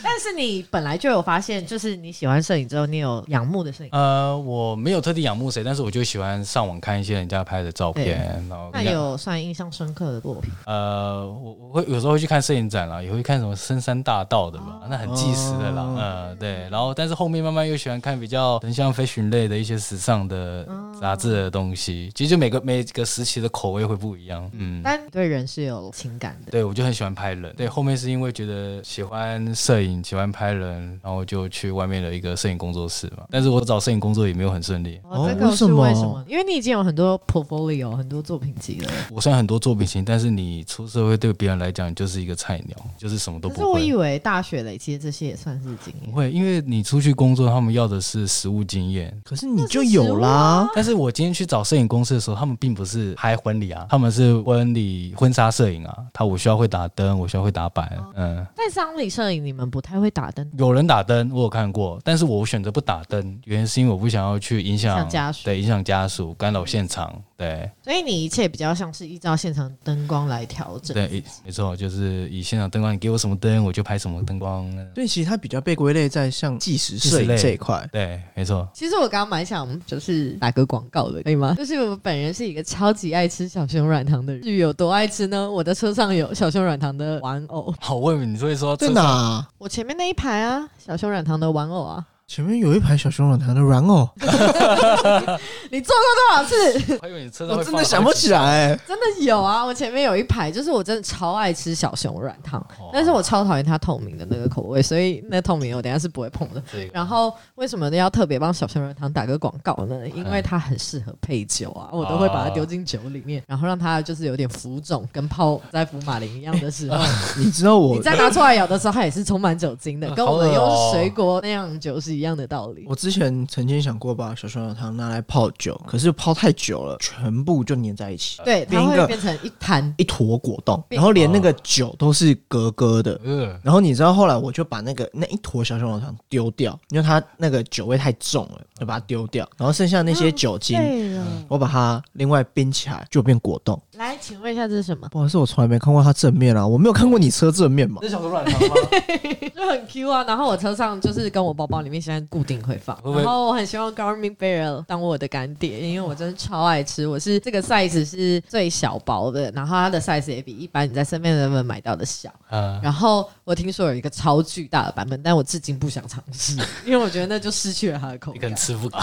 Speaker 2: 但是你本来就有发现，就是你喜欢摄影之后，你有仰慕的摄影，
Speaker 3: 呃，我没有特地仰慕谁，但是我就喜欢上网看一些人家拍的照片，然后
Speaker 2: 那有算印象深刻的作品？
Speaker 3: 呃，我我会有时候会去看摄影展啦，也会看什么深山大道的
Speaker 2: 哦
Speaker 3: 嘛，那很纪实的啦，
Speaker 4: 哦
Speaker 3: 呃，对。然后，但是后面慢慢又喜欢看比较很像 fashion 类的一些时尚的
Speaker 2: 哦
Speaker 3: 杂志的东西。其实就每个每个时期的口味会不一样，嗯。
Speaker 2: 但你对人是有情感的，
Speaker 3: 对，我就很喜欢拍人。对，后面是因为觉得喜欢摄影，喜欢拍人，然后就去外面的一个摄影工作室嘛。但是我找摄影工作也没有很顺利，
Speaker 2: 哦，这
Speaker 4: 哦
Speaker 2: 个
Speaker 4: 为
Speaker 2: 是
Speaker 4: 什
Speaker 2: 为什
Speaker 4: 么
Speaker 2: 么？因为你已经有很多 portfolio，很多作品集了。
Speaker 3: 我虽然很多作品型，但是你出社会对别人来讲，你就是一个菜鸟，就是什么都
Speaker 2: 可
Speaker 3: 不
Speaker 2: 是我以
Speaker 3: 会。
Speaker 2: 为大学累积的这些也算是经
Speaker 3: 不
Speaker 2: 验。
Speaker 3: 会，因为你出去工作，他们要的是实务经验。
Speaker 4: 可是你就有啦，
Speaker 3: 但是我今天去找摄影公司的时候，他们并不是拍婚礼啊，他们是婚礼婚纱摄影啊。他我需要会打灯，我需要会打板，
Speaker 2: 哦
Speaker 3: 嗯，
Speaker 2: 在丧礼摄影，你们不太会打灯，
Speaker 3: 有人打灯，我有看过，但是我选择不打灯，原因是因为我不想要去影
Speaker 2: 影响
Speaker 3: 响
Speaker 2: 家属
Speaker 3: 对，影响家属，干扰现场，对
Speaker 2: 所以你一切比较像是依照现场灯光来调整。
Speaker 3: 对，没错，就是以现场灯光，你给我什么灯，我就拍什么灯光，嗯
Speaker 4: 所以其实它比较被归类在像纪实摄
Speaker 3: 纪实
Speaker 4: 影
Speaker 3: 类
Speaker 4: 这一块。
Speaker 3: 对，没错。
Speaker 2: 其实我刚刚蛮想就是打个广告的，可以吗？就是我本人是一个超级爱吃小熊软糖的人，至于有多爱吃呢？我的车上有小熊软糖的玩偶，
Speaker 3: 好，我以为你会说
Speaker 4: 在
Speaker 3: 这
Speaker 4: 哪
Speaker 3: 是
Speaker 4: 啊？
Speaker 2: 我前面那一排啊，小熊软糖的玩偶啊，
Speaker 4: 前面有一排小熊软哦糖的玩偶，
Speaker 2: *laughs* 你做过多少 *laughs* 次？
Speaker 3: 我以为你车上
Speaker 4: 我
Speaker 3: 会
Speaker 4: 真
Speaker 3: 放
Speaker 4: 的想不 *laughs* 起
Speaker 3: 好
Speaker 4: 来、
Speaker 2: 真的有啊，我前面有一排，就是我真的超爱吃小熊软糖，
Speaker 3: 几种。
Speaker 2: 但是我超讨厌它透明的那个口味，所以那透明我等一下是不会碰的。
Speaker 3: 这个
Speaker 2: 然后为什么要特别帮小熊软糖打个广告呢？因为它很适合配酒啊，我都会把它丢进酒里面，然后让它就是有点浮肿，跟泡在福马林一样的时候，
Speaker 4: 你知道
Speaker 2: 你
Speaker 4: 我
Speaker 2: 再拿出来咬的时候，它也是充满酒精的，
Speaker 3: 呃
Speaker 2: 跟我们
Speaker 3: 好恶
Speaker 2: 用
Speaker 3: 哦
Speaker 2: 水果那样酒是一样的道理。
Speaker 4: 我之前曾经想过把小熊软糖拿来泡酒，可是泡太久了，全部就粘在一起，
Speaker 2: 对，它
Speaker 4: 变一
Speaker 2: 会
Speaker 4: 个
Speaker 2: 变成一滩。
Speaker 4: 一坨果冻，
Speaker 2: 变
Speaker 4: 然后连那个酒都是格格的。
Speaker 3: 呃，
Speaker 4: 然后你知道后来我就把那个那一坨小熊软糖丢掉，因为它那个酒味太重了，就把它丢掉。然后剩下那些酒精，
Speaker 2: 对了，
Speaker 4: 我把它另外冰起来，就变果冻。
Speaker 2: 来，请问一下这是什么？
Speaker 4: 不好意思，我从来没看过它正面啊，我没有看过你车正面嘛。
Speaker 3: 这小熊软糖吗？会
Speaker 2: 就很 Q 啊，然后我车上就是跟我包包里面现在固定会放，
Speaker 3: 不会
Speaker 2: 然后我很希望 Garmin Barrel 当我的干爹，因为我真的超爱吃，我是这个 size 是最小包的，然后它的 size 也比一般你在 Seven Eleven 买到的小，
Speaker 3: 啊，
Speaker 2: 然后我听说有一个超巨大的版本，但我至今不想尝
Speaker 3: *laughs*
Speaker 2: 试，因为我觉得那就失去了它的口
Speaker 3: 你可
Speaker 2: 感
Speaker 3: 能，吃不饱。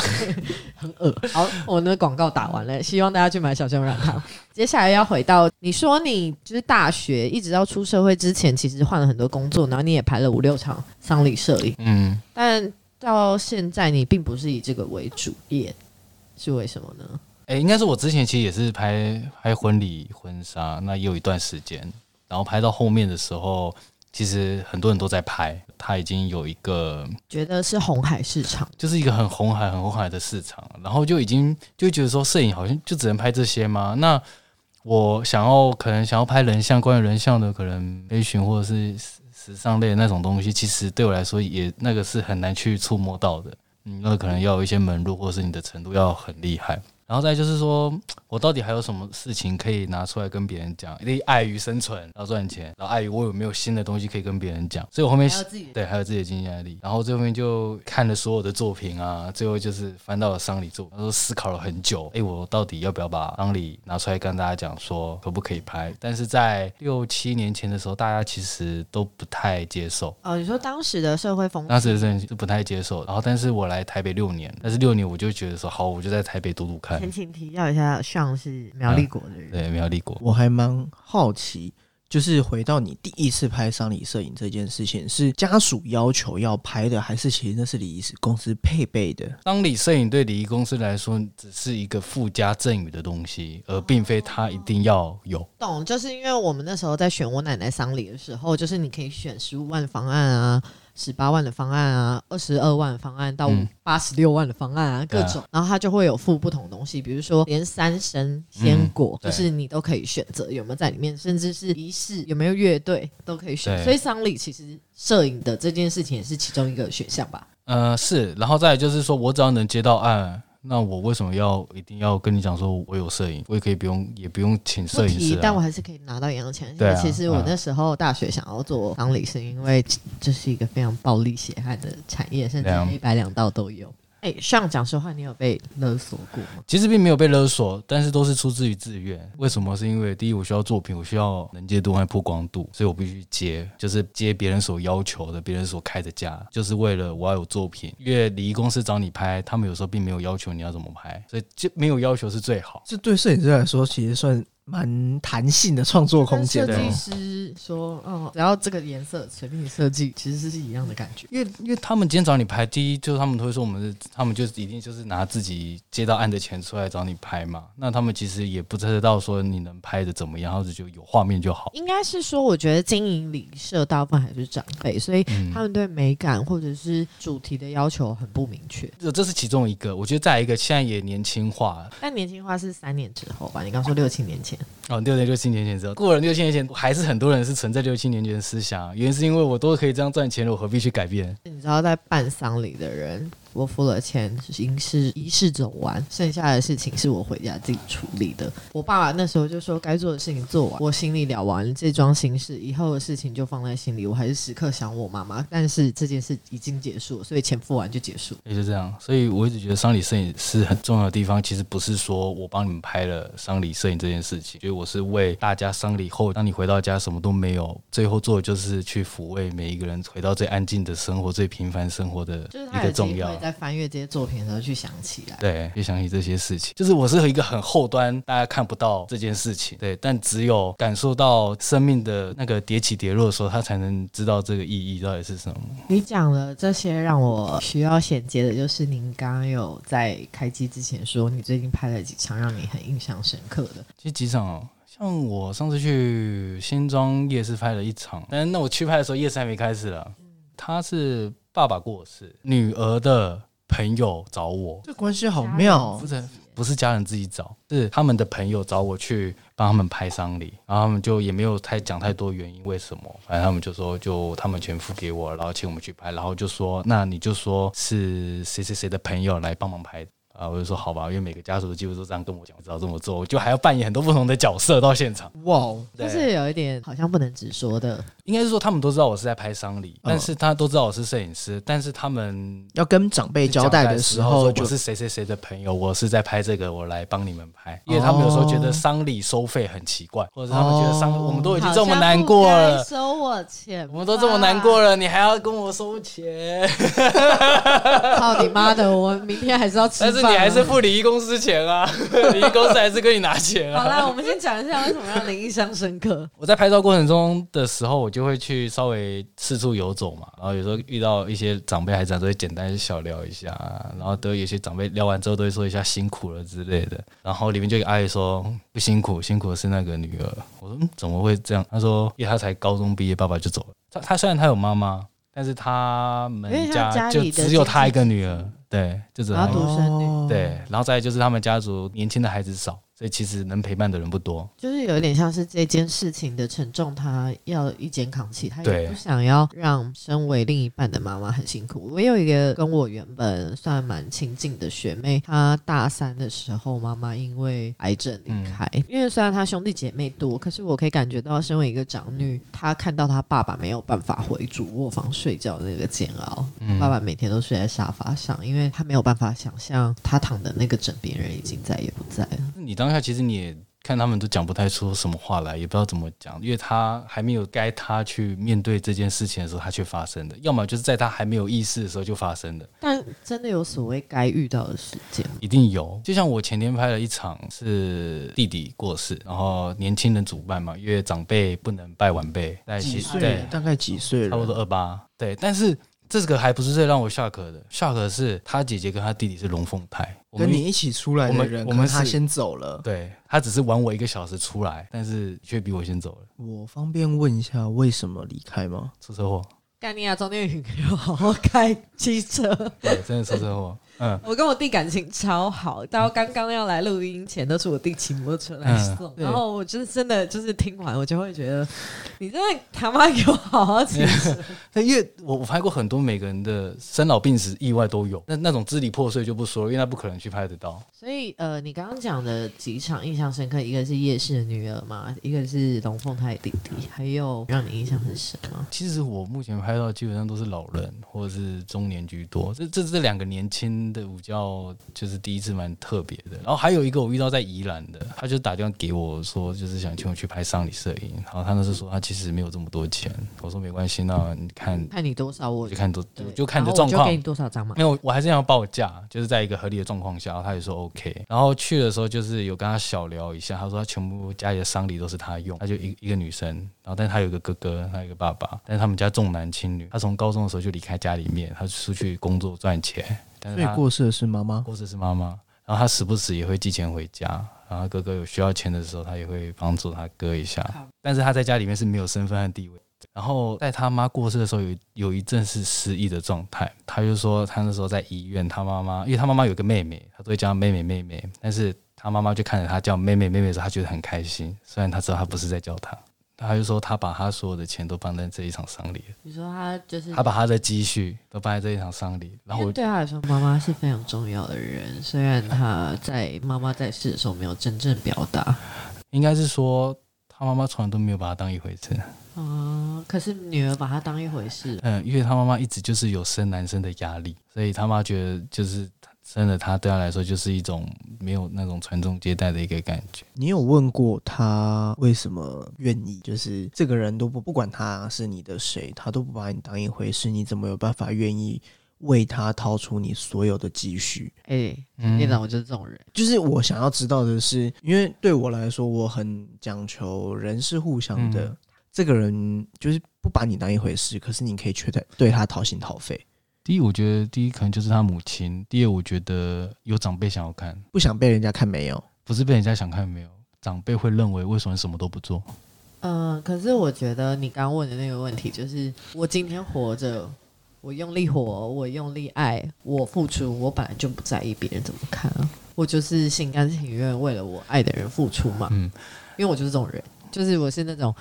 Speaker 2: 很恶。好，我那广告打完了，希望大家去买小熊软糖。接下来要回到你说你就是大学一直到出社会之前，其实换了很多工作，然后你也排了五六场丧礼摄影。
Speaker 3: 嗯，
Speaker 2: 但到现在你并不是以这个为主业，是为什么呢？
Speaker 3: 哎，应该是我之前其实也是拍拍婚礼婚纱，那也有一段时间，然后拍到后面的时候，其实很多人都在拍，他已经有一个
Speaker 2: 觉得是红海市场，
Speaker 3: 就是一个很红海、很红海的市场，然后就已经就觉得说，摄影好像就只能拍这些吗？那我想要可能想要拍人像，关于人像的可能培训或者是时时尚类的那种东西，其实对我来说也那个是很难去触摸到的。嗯，那可能要有一些门路，或者是你的程度要很厉害。然后再就是说，我到底还有什么事情可以拿出来跟别人讲？因为碍于生存要赚钱，然后碍于我有没有新的东西可以跟别人讲，所以我后面
Speaker 2: 还有自己
Speaker 3: 对，还有自己的经济压力。然后最后面就看了所有的作品啊，最后就是翻到了丧礼作品，然后思考了很久，诶，我到底要不要把丧礼拿出来跟大家讲说可不可以拍？但是在六七年前的时候，大家其实都不太接受。
Speaker 2: 哦，你说当时的社会风
Speaker 3: 当时真的是不太接受，然后但是我来台北六年，但是六年我就觉得说好，我就在台北读读看。
Speaker 2: 前情提要一下，上是苗栗国的人，
Speaker 3: 对，苗栗国，
Speaker 4: 我还蛮好奇，就是回到你第一次拍丧礼摄影这件事情，是家属要求要拍的，还是其实那是礼仪公司配备的？
Speaker 3: 当礼摄影对礼仪公司来说只是一个附加赠予的东西，而并非它一定要有。
Speaker 2: 懂？就是因为我们那时候在选我奶奶丧礼的时候，就是你可以选十五万方案啊。十八万的方案啊，二十二万的方案到
Speaker 3: 嗯
Speaker 2: 八十六万的方案啊，各
Speaker 3: 对啊
Speaker 2: 种，然后它就会有附不同的东西，比如说连三生鲜果，
Speaker 3: 嗯对
Speaker 2: 就是你都可以选择有没有在里面，甚至是仪式有没有乐队都可以选。
Speaker 3: 对
Speaker 2: 所以丧礼其实摄影的这件事情也是其中一个选项吧。
Speaker 3: 呃，是，然后再来就是说我只要能接到案，那我为什么要一定要跟你讲说我有摄影？我也可以不用，也不用请
Speaker 2: 不
Speaker 3: 摄影
Speaker 2: 提，
Speaker 3: 师、
Speaker 2: 但我
Speaker 3: 啊。
Speaker 2: 还是可以拿到一样的钱。
Speaker 3: 对啊
Speaker 2: 其实我那时候大学想要做丧礼，是因为这是一个非常暴力血汗的产业，甚至
Speaker 3: 对啊
Speaker 2: 黑白两道都有。哎、上讲实话，你有被勒索过吗？
Speaker 3: 其实并没有被勒索，但是都是出自于自愿。为什么？是因为第一，我需要作品，我需要能见度和曝光度，所以我必须接，就是接别人所要求的，别人所开的价，就是为了我要有作品。因为礼仪公司找你拍，他们有时候并没有要求你要怎么拍，所以就没有要求是最好。
Speaker 4: 这对摄影师来说，其实算
Speaker 1: 蛮弹性的创作空啊间
Speaker 4: 啊
Speaker 2: 设
Speaker 1: 的。
Speaker 2: 计师说，哦，只要这个颜色随便你设计，其实是一样的感觉。
Speaker 3: 因为因为他们今天找你拍，第一就是他们都会说我们是，他们就一定就是拿自己接到案的钱出来找你拍嘛。那他们其实也不知道说你能拍的怎么样，或者就有画面就好。
Speaker 2: 应该是说，我觉得经营里社大部分还是长辈，所以
Speaker 3: 嗯
Speaker 2: 他们对美感或者是主题的要求很不明确。
Speaker 3: 这这是其中一个，我觉得再来一个，现在也年轻化了，
Speaker 2: 但年轻化是三年之后吧？你刚说六七年前，
Speaker 3: 哦，六年六七年前之后，过了六七年前，还是很多人是存在六七年前的思想，啊原因是因为我都可以这样赚钱了，我何必去改变？
Speaker 2: 你知道在办丧礼的人，我付了钱，仪式仪式走完，剩下的事情是我回家自己处理的。我爸爸那时候就说，该做的事情做完，我心里了完这桩心事，以后的事情就放在心里。我还是时刻想我妈妈，但是这件事已经结束了，所以钱付完就结束。
Speaker 3: 也就这样，所以我一直觉得丧礼摄影是很重要的地方。其实不是说我帮你们拍了丧礼摄影这件事情，因为我是为大家丧礼后，当你回到家什么都没有，最后做的就是去抚慰每一个人回到最安静的生活、最平凡生活的
Speaker 2: 就是
Speaker 3: 一
Speaker 2: 他有
Speaker 3: 个
Speaker 2: 机
Speaker 3: 重要
Speaker 2: 会。在翻阅这些作品的时候去想起来。
Speaker 3: 对，就想起这些事情，就是我是一个很后端，大家看不到这件事情，对，但只有感受到生命的那个跌起跌落的时候，他才能知道这个意义到底是什么。
Speaker 2: 你讲了这些，让我需要衔接的就是您刚刚有在开机之前说，你最近拍了几场让你很印象深刻的。
Speaker 3: 其实几场哦，像我上次去新庄夜市拍了一场，但那我去拍的时候夜市还没开始了。他是爸爸过世，女儿的朋友找我，
Speaker 4: 这关系好妙、
Speaker 3: 不
Speaker 4: 哦。
Speaker 3: 是不是家人自己找，是他们的朋友找我去帮他们拍丧礼，然后他们就也没有太讲太多原因为什么，反正他们就说就他们全付给我，然后请我们去拍，然后就说那你就说是谁谁谁的朋友来帮忙拍。啊，我就说好吧，因为每个家属几乎都这样跟我讲，我知道这么做，我就还要扮演很多不同的角色到现场。
Speaker 4: 哇哦，
Speaker 2: 就
Speaker 3: 对
Speaker 2: 是有一点好像不能直说的，
Speaker 3: 应该是说他们都知道我是在拍丧礼，但是他都知道我是摄影师，但是他们
Speaker 4: 要跟长辈交代的时候
Speaker 3: 就
Speaker 4: 就是
Speaker 3: 谁谁谁的朋友，我是在拍这个，我来帮你们
Speaker 4: 哦
Speaker 3: 拍，因为他们有时候觉得丧礼收费很奇怪，或者是他们觉得丧，
Speaker 4: 哦
Speaker 3: 我们都已经这么难过
Speaker 2: 好像不该
Speaker 3: 了。
Speaker 2: 收我钱，
Speaker 3: 我们都这么难过了，你还要跟我
Speaker 4: *laughs*
Speaker 3: 收钱？
Speaker 2: 了，操你妈的！我明天还是要吃饭啊，
Speaker 3: 但是你还是付礼仪公司钱啊， *laughs* 礼仪公司还是跟你拿钱
Speaker 2: 好
Speaker 3: 啊。
Speaker 2: 啦，我们先讲一下为什么让你印象深刻。
Speaker 3: 我在拍照过程中的时候，我就会去稍微四处游走嘛，然后有时候遇到一些长辈还是长辈，会简单小聊一下，然后都有些长辈聊完之后都会说哎一下辛苦了之类的，然后里面就有一个阿姨说不辛苦，辛苦的是那个女儿。我说、嗯、怎么会这样？她说因为她才高中毕业，爸爸就走了。她她虽然她有妈妈，但是他
Speaker 2: 因为
Speaker 3: 们
Speaker 2: 她
Speaker 3: 家
Speaker 2: 家
Speaker 3: 就
Speaker 2: 里的
Speaker 3: 只有她一个女儿，对，就只有她
Speaker 2: 然
Speaker 3: 一
Speaker 2: 后
Speaker 3: 个
Speaker 2: 独
Speaker 3: 女
Speaker 1: 哦
Speaker 3: 儿。
Speaker 2: 生
Speaker 4: 哦
Speaker 2: 女，
Speaker 3: 对，然后再来就是他们家族年轻的孩子少，所以其实能陪伴的人不多。
Speaker 2: 就是有点像是这件事情的沉重，她要一肩扛起，她也
Speaker 3: 对
Speaker 2: 不想要让身为另一半的妈妈很辛苦。我有一个跟我原本算蛮亲近的学妹，她大三的时候，妈妈因为癌症离开。
Speaker 3: 嗯
Speaker 2: 因为虽然她兄弟姐妹多，可是我可以感觉到，身为一个长女，她看到她爸爸没有办法回主卧房睡觉的那个煎熬，
Speaker 3: 嗯
Speaker 2: 爸爸每天都睡在沙发上，因为她没有办法想象她躺的那个枕边人已经再也不在了。
Speaker 3: 那你当下其实你也看他们都讲不太出什么话来，也不知道怎么讲，因为他还没有该他去面对这件事情的时候，他却发生的，要么就是在他还没有意识的时候就发生的，
Speaker 2: 但真的有所谓该遇到的事件吗？
Speaker 3: 一定有。就像我前天拍了一场是弟弟过世，然后年轻人主办嘛，因为长辈不能拜晚辈，在
Speaker 4: 几岁
Speaker 3: 对？，
Speaker 4: 大概几岁了？
Speaker 3: 差不多二八，对，但是。这个还不是最让我下课的，下课是他姐姐跟他弟弟是龙凤胎，我们
Speaker 4: 跟你一起出来
Speaker 3: 我
Speaker 4: 的
Speaker 3: 们
Speaker 4: 人，
Speaker 3: 我们
Speaker 4: 可是他
Speaker 3: 是
Speaker 4: 先走了。
Speaker 3: 对他只是晚我一个小时出来，但是却比我先走了，
Speaker 4: 我方便问一下为什么离开吗？
Speaker 3: 出车祸。
Speaker 2: 干你啊，中天宇给我好好开机车。
Speaker 3: 对，真的出车祸。嗯，
Speaker 2: 我跟我弟感情超好，到刚刚要来录音前，都是我弟骑摩托车来
Speaker 3: 嗯
Speaker 2: 送。
Speaker 4: 对
Speaker 2: 然后我就是真的就是听完，我就会觉得你真的他妈给我好好骑车。
Speaker 3: *laughs* 但因为我我拍过很多每个人的生老病死意外都有，那那种支离破碎就不说了，因为他不可能去拍得到。
Speaker 2: 所以呃，你刚刚讲的几场印象深刻，一个是夜市的女儿嘛，一个是龙凤胎弟弟，还有让你印象很深吗？
Speaker 3: 其实我目前拍到基本上都是老人或者是中年居多，这这这两个年轻边的午觉就是第一次蛮特别的。然后还有一个我遇到在宜兰的，他就打电话给我说，就是想请我去拍丧礼摄影。然后他那时候说他其实没有这么多钱，我说没关系，那你看
Speaker 2: 看你多少我
Speaker 3: 我就看多，
Speaker 2: 对
Speaker 3: 我就看你
Speaker 2: 然
Speaker 3: 的
Speaker 2: 后
Speaker 3: 状
Speaker 2: 我
Speaker 3: 况
Speaker 2: 就给。你多少张嘛。
Speaker 3: 没有，我还是想要报价，就是在一个合理的状况下，他也说 OK。然后去的时候就是有跟他小聊一下，他说他全部家里的丧礼都是他用，他就一一个女生，然后但是他有一个哥哥，他有一个爸爸，但是他们家重男轻女，他从高中的时候就离开家里面，他出去工作赚钱，但是
Speaker 1: 所以
Speaker 3: 他
Speaker 1: 过世的是妈妈，
Speaker 3: 或者是妈妈，然后他时不时也会寄钱回家，然后他哥哥有需要钱的时候，他也会帮助他哥一下。但是他在家里面是没有身份和地位。然后在他妈过世的时候有，有一阵是失忆的状态。他就说他那时候在医院，他妈妈因为他妈妈有个妹妹，他都会叫她妹妹妹妹，但是他妈妈就看着他叫妹妹妹妹的时候，他觉得很开心，虽然他知道他不是在叫他。他就说他把他所有的钱都放在这一场丧礼了，
Speaker 2: 你说他就是
Speaker 3: 他把他的积蓄都放在这一场丧礼，然后
Speaker 2: 因
Speaker 3: 我
Speaker 2: 为对他来说，妈妈是非常重要的人。虽然他在妈妈在世的时候没有真正表达，
Speaker 3: 应该是说他妈妈从来都没有把他当一回事。
Speaker 2: 嗯，可是女儿把他当一回事，
Speaker 3: 嗯，因为他妈妈一直就是有生男生的压力，所以他妈觉得就是生了他对他来说就是一种没有那种传宗接代的一个感觉。
Speaker 1: 你有问过他为什么愿意？就是这个人都不不管他是你的谁，他都不把你当一回事，你怎么有办法愿意为他掏出你所有的积蓄？
Speaker 2: 哎、
Speaker 3: 嗯
Speaker 2: 店长，我就是这种人。
Speaker 1: 就是我想要知道的是，因为对我来说，我很讲求人是互相的。
Speaker 3: 嗯
Speaker 1: 这个人就是不把你当一回事，可是你可以却在对他掏心掏肺，
Speaker 3: 第一，我觉得第一可能就是他母亲；第二，我觉得有长辈想要看，
Speaker 1: 不想被人家看没有。
Speaker 3: 不是被人家想看没有，长辈会认为为什么什么都不做？
Speaker 2: 嗯，可是我觉得你刚问的那个问题，就是我今天活着，我用力活，我用力爱，我付出，我本来就不在意别人怎么看啊，我就是心甘情愿为了我爱的人付出嘛。
Speaker 3: 嗯，
Speaker 2: 因为我就是这种人，就是我是那种，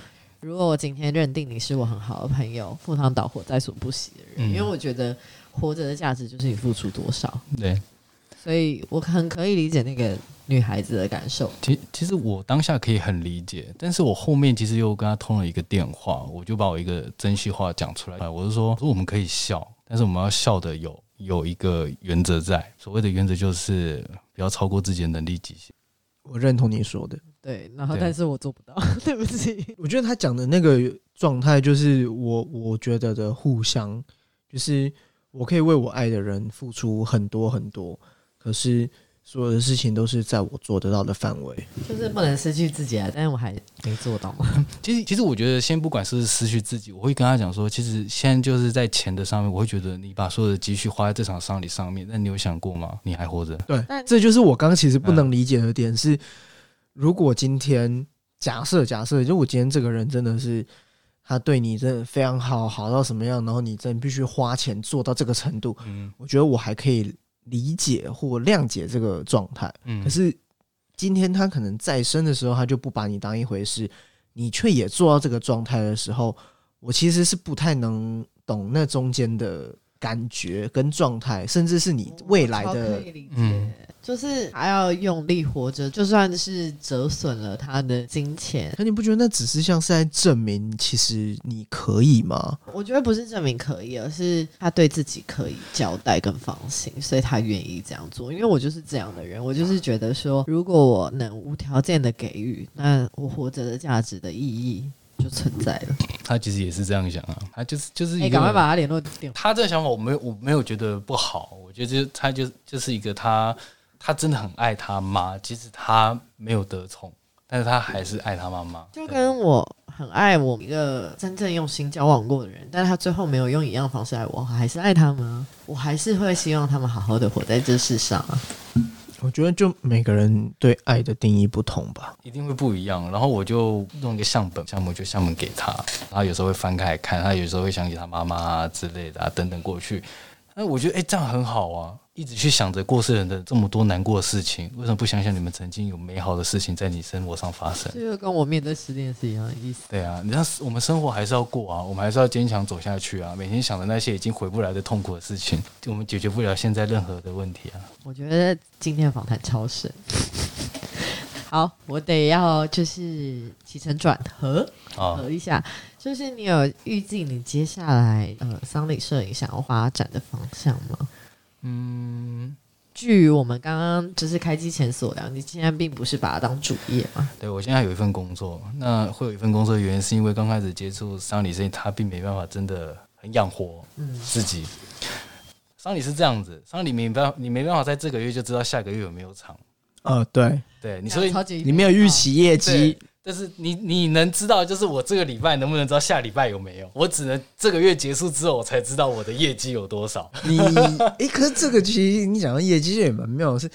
Speaker 2: 如果我今天认定你是我很好的朋友，赴汤蹈火在所不惜的人，
Speaker 3: 嗯
Speaker 2: 因为我觉得活着的价值就是你付出多少，
Speaker 3: 对。
Speaker 2: 所以我很可以理解那个女孩子的感受。
Speaker 3: 其其实我当下可以很理解，但是我后面其实又跟他通了一个电话，我就把我一个真心话讲出来，我是说，我说我们可以笑，但是我们要笑的有有一个原则在，所谓的原则就是不要超过自己的能力极限。
Speaker 1: 我认同你说的，
Speaker 2: 对，然后
Speaker 3: 对
Speaker 2: 但是我做不到， *laughs* 对不起。
Speaker 1: 我觉得他讲的那个状态，就是我我觉得的互相，就是我可以为我爱的人付出很多很多，可是所有的事情都是在我做得到的范围。
Speaker 2: 就是不能失去自己啊，但是我还没做到嘛。
Speaker 3: 其实其实我觉得，先不管是不是失去自己，我会跟他讲说，其实现在就是在钱的上面，我会觉得你把所有的积蓄花在这场丧礼上面，那你有想过吗？你还活着？
Speaker 1: 对
Speaker 2: 但，
Speaker 1: 这就是我刚刚其实不能理解的点是，如果今天假设假设，就我今天这个人真的是他对你真的非常好，好到什么样，然后你真的必须花钱做到这个程度，
Speaker 3: 嗯
Speaker 1: 我觉得我还可以理解或谅解这个状态。
Speaker 3: 嗯
Speaker 1: 可是今天他可能再生的时候，他就不把你当一回事，你却也做到这个状态的时候，我其实是不太能懂那中间的感觉跟状态，甚至是你 *laughs* 未来
Speaker 2: 我超
Speaker 1: 的
Speaker 2: 可以理解
Speaker 3: 嗯
Speaker 2: 就是还要用力活着，就算是折损了他的金钱，
Speaker 1: 可你不觉得那只是像是在证明，其实你可以吗？
Speaker 2: 我觉得不是证明可以，而是他对自己可以交代跟放心，所以他愿意这样做。因为我就是这样的人，我
Speaker 1: 嗯
Speaker 2: 就是觉得说，如果我能无条件的给予，那我活着的价值的意义就存在了。
Speaker 3: 他其实也是这样想啊，他就是就是
Speaker 2: 哎、
Speaker 3: 一个
Speaker 2: 赶快把他联络电话。
Speaker 3: 他这个想法我没有我没有觉得不好，我觉得就他就就是一个他他真的很爱他妈，即使他没有得宠，但是他还是爱他妈妈。
Speaker 2: 就
Speaker 3: 对
Speaker 2: 跟我很爱我一个真正用心交往过的人，但是他最后没有用一样方式爱我，我还是爱他们啊，我还是会希望他们好好的活在这世上啊。
Speaker 1: 我觉得就每个人对爱的定义不同吧。
Speaker 3: 一定会不一样。然后我就弄一个相本，项目就相本给他，然后有时候会翻开来看，他有时候会想起他妈妈啊之类的啊等等过去。那我觉得哎、诶这样很好啊，一直去想着过世人的这么多难过的事情，为什么不想想你们曾经有美好的事情在你生活上发生？
Speaker 2: 这就跟我面对失恋是一样的意思。
Speaker 3: 对啊，你知道我们生活还是要过啊，我们还是要坚强走下去啊。每天想着那些已经回不来的痛苦的事情，我们解决不了现在任何的问题啊。
Speaker 2: 我觉得今天的访谈超神。 *laughs* 好，我得要就是起承转合
Speaker 3: 啊，
Speaker 2: 合一下，就是你有预计你接下来呃丧礼摄影想要发展的方向吗？
Speaker 3: 嗯，
Speaker 2: 据我们刚刚就是开机前所聊，你现在并不是把它当主业嘛？
Speaker 3: 对我现在有一份工作，那会有一份工作的原因是因为刚开始接触丧礼生意，他并没办法真的很养活自己。丧礼是这样子，丧礼没办法，你没办法在这个月就知道下个月有没有场，
Speaker 4: 呃，对，
Speaker 3: 对，你所以
Speaker 2: 超级啊
Speaker 4: 你没有预期业绩
Speaker 3: 对，但是你你能知道，就是我这个礼拜能不能知道下礼拜有没有？我只能这个月结束之后，我才知道我的业绩有多少。
Speaker 1: 你诶、可是这个其实你讲到业绩也蛮妙的是，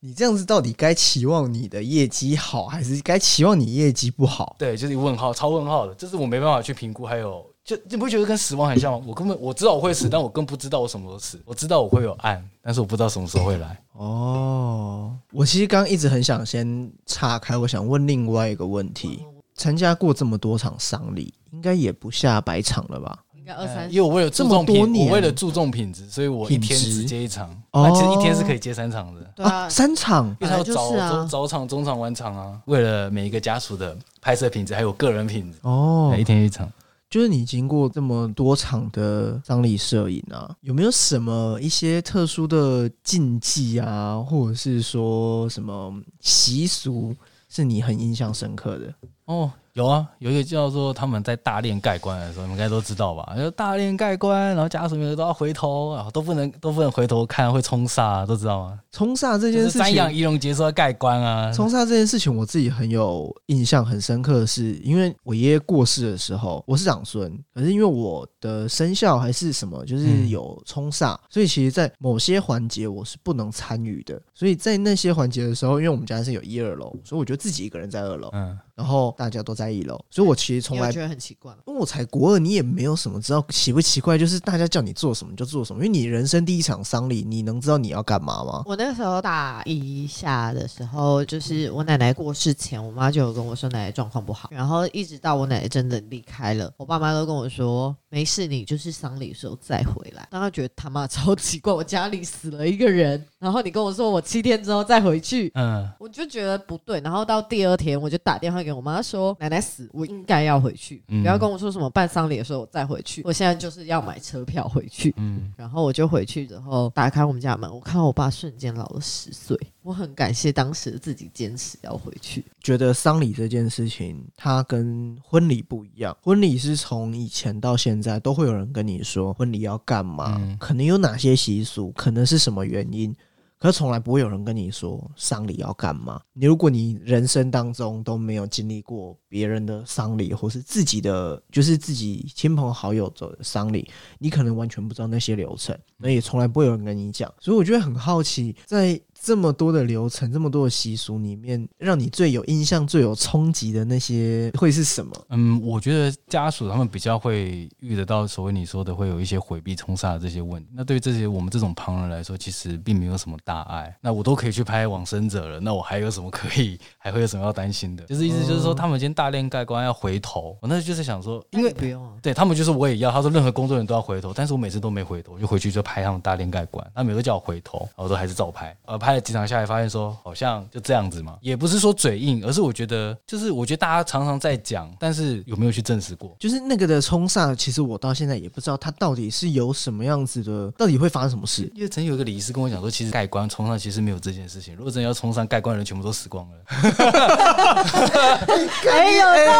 Speaker 1: 你这样子到底该期望你的业绩好，还是该期望你业绩不好？
Speaker 3: 对，就是一个问号，超问号的，就是我没办法去评估。还有，就你不觉得跟死亡很像吗？我根本我知道我会死，但我更不知道我什么时候死。我知道我会有暗，但是我不知道什么时候会来。
Speaker 4: 哦，
Speaker 1: 我其实刚刚一直很想先岔开，我想问另外一个问题：参加过这么多场丧礼，应该也不下百场了吧？
Speaker 2: 应该二三
Speaker 3: 因为我为了注重
Speaker 1: 这么多
Speaker 3: 品，
Speaker 1: 年
Speaker 3: 我为了注重品质，所以我一天只接一场。啊
Speaker 1: 哦
Speaker 3: 那其实一天是可以接三场的，
Speaker 2: 对啊，
Speaker 1: 三场
Speaker 3: 因为它有
Speaker 2: 本来
Speaker 3: 早、
Speaker 2: 就是啊
Speaker 3: 中早场、中场、晚场啊。为了每一个家属的拍摄品质，还有个人品质，
Speaker 1: 哦
Speaker 3: 对一天一场。
Speaker 1: 就是你经过这么多场的丧礼摄影啊，有没有什么一些特殊的禁忌啊，或者是说什么习俗是你很印象深刻的？
Speaker 3: 哦，有啊，有一个叫做他们在大练盖棺的时候，你们应该都知道吧？就大练盖棺，然后家属们都要回头啊，都不能都不能回头看，会冲煞、都知道吗？
Speaker 1: 冲煞这
Speaker 3: 就
Speaker 1: 件
Speaker 3: 是
Speaker 1: 事
Speaker 3: 瞻仰
Speaker 1: 情，
Speaker 3: 仪容结束要盖棺啊。
Speaker 1: 冲煞这件事情我自己很有印象、很深刻的是，因为我爷爷过世的时候，我是长孙，可是因为我的生肖还是什么，就是
Speaker 3: 嗯
Speaker 1: 有冲煞，所以其实，在某些环节我是不能参与的。所以在那些环节的时候，因为我们家是有一二楼，所以我就自己一个人在二楼。
Speaker 3: 嗯，
Speaker 1: 然后大家都在一楼，所以我其实从
Speaker 2: 你
Speaker 1: 来
Speaker 2: 有，觉得很奇怪吗？
Speaker 1: 因为我才国二，你也没有什么知道奇不奇怪，就是大家叫你做什么你就做什么，因为你人生第一场丧礼，你能知道你要干嘛吗？
Speaker 2: 我那时候大一下的时候，就是我奶奶过世前，我妈就有跟我说奶奶状况不好，然后一直到我奶奶真的离开了，我爸妈都跟我说没事，你就是丧礼的时候再回来。当他觉得他妈超奇怪，我家里死了一个人，然后你跟我说我七天之后再回去。
Speaker 3: 嗯，
Speaker 2: 我就觉得不对，然后到第二天我就打电话给我妈说：“奶奶死，我应该要回去，
Speaker 3: 嗯
Speaker 2: 不要跟我说什么办丧礼的时候我再回去，我现在就是要买车票回去。”
Speaker 3: 嗯，
Speaker 2: 然后我就回去之后打开我们家门，我看到我爸瞬间老了十岁，我很感谢当时自己坚持要回去。
Speaker 1: 觉得丧礼这件事情，它跟婚礼不一样。婚礼是从以前到现在都会有人跟你说婚礼要干嘛，
Speaker 3: 嗯
Speaker 1: 可能有哪些习俗，可能是什么原因，可是从来不会有人跟你说丧礼要干嘛。你如果你人生当中都没有经历过别人的丧礼，或是自己的，就是自己亲朋好友的丧礼，你可能完全不知道那些流程，那也从来不会有人跟你讲，所以我就会很好奇，在这么多的流程、这么多的习俗里面，让你最有印象、最有冲击的那些会是什么？
Speaker 3: 嗯，我觉得家属他们比较会遇得到所谓你说的会有一些回避冲煞的这些问题。那对于这些我们这种旁人来说，其实并没有什么大碍。那我都可以去拍往生者了，那我还有什么可以还会有什么要担心的？就是意思就是说，他们今天大练盖棺要回头，我那时候就是想说，因为
Speaker 2: 但你不用啊，
Speaker 3: 对他们就是我也要，他说任何工作人员都要回头，但是我每次都没回头，我就回去就拍他们大连盖棺，他们每次都叫我回头，然后我都还是照拍，呃，拍了几场下来，发现说好像就这样子嘛，也不是说嘴硬，而是我觉得就是我觉得大家常常在讲，但是有没有去证实过？
Speaker 1: 就是那个的冲煞，其实我到现在也不知道它到底是有什么样子的，到底会发生什么事。
Speaker 3: 因为曾经有一个礼仪师跟我讲说，其实盖棺冲上其实没有这件事情，如果真的要冲上盖棺的人全部都死光了， *laughs*
Speaker 2: 哎呦，
Speaker 1: 有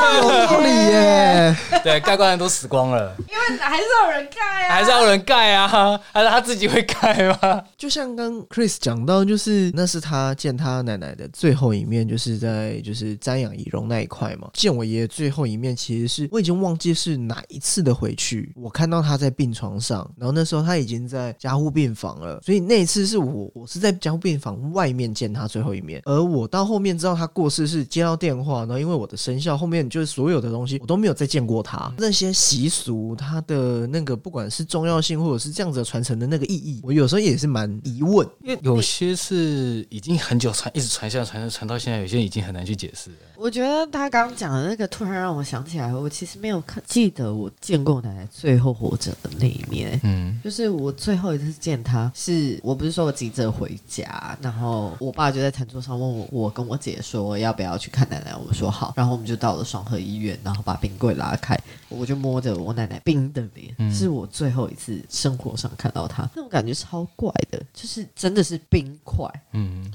Speaker 1: 道理耶！
Speaker 3: 对，盖棺的人都死光了，
Speaker 2: 因为还是有人盖啊。
Speaker 3: 还是要有人盖啊，还是他自己会盖吗？
Speaker 1: 就像刚 Chris 讲到，就是那是他见他奶奶的最后一面，就是在就是瞻仰仪容那一块嘛。见我爷爷最后一面，其实是我已经忘记是哪一次的回去，我看到他在病床上，然后那时候他已经在加护病房了，所以那一次是我我是在加护病房外面见他最后一面，而我到后面知道他过世是接到电话，然后因为我的生肖后面就是所有的东西我都没有再见过他，那些习俗它的那个不管是重要性或者是这样子的传承的那个意义，我有时候也是蛮疑问。
Speaker 3: 因为有些是已经很久传，一直传下来传传到现在，有些人已经很难去解释了。
Speaker 2: 我觉得他刚讲的那个突然让我想起来，我其实没有看记得我见过奶奶最后活着的那一面。
Speaker 3: 嗯，
Speaker 2: 就是我最后一次见他，是我不是说我急着回家，然后我爸就在餐桌上问我，我跟我姐说要不要去看奶奶，我说好，然后我们就到了双河医院，然后把冰柜拉开，我就摸着我奶奶冰的脸，
Speaker 3: 嗯
Speaker 2: 是我最后一次生活上看到她，那种感觉超怪的，就是真的是冰块，
Speaker 3: 嗯，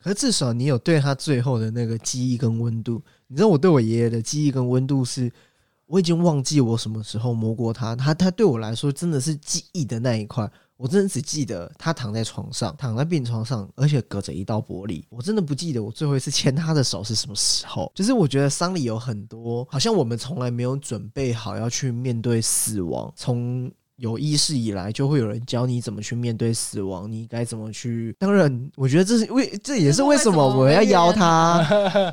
Speaker 1: 可是至少你有对他最后的那个记忆跟温度。你知道我对我爷爷的记忆跟温度是，我已经忘记我什么时候摸过他。他他对我来说真的是记忆的那一块，我真的只记得他躺在床上，躺在病床上，而且隔着一道玻璃。我真的不记得我最后一次牵他的手是什么时候。就是我觉得丧礼有很多，好像我们从来没有准备好要去面对死亡，从有意识以来，就会有人教你怎么去面对死亡，你该怎么去。当然，我觉得这是为这也是为什么我要邀他，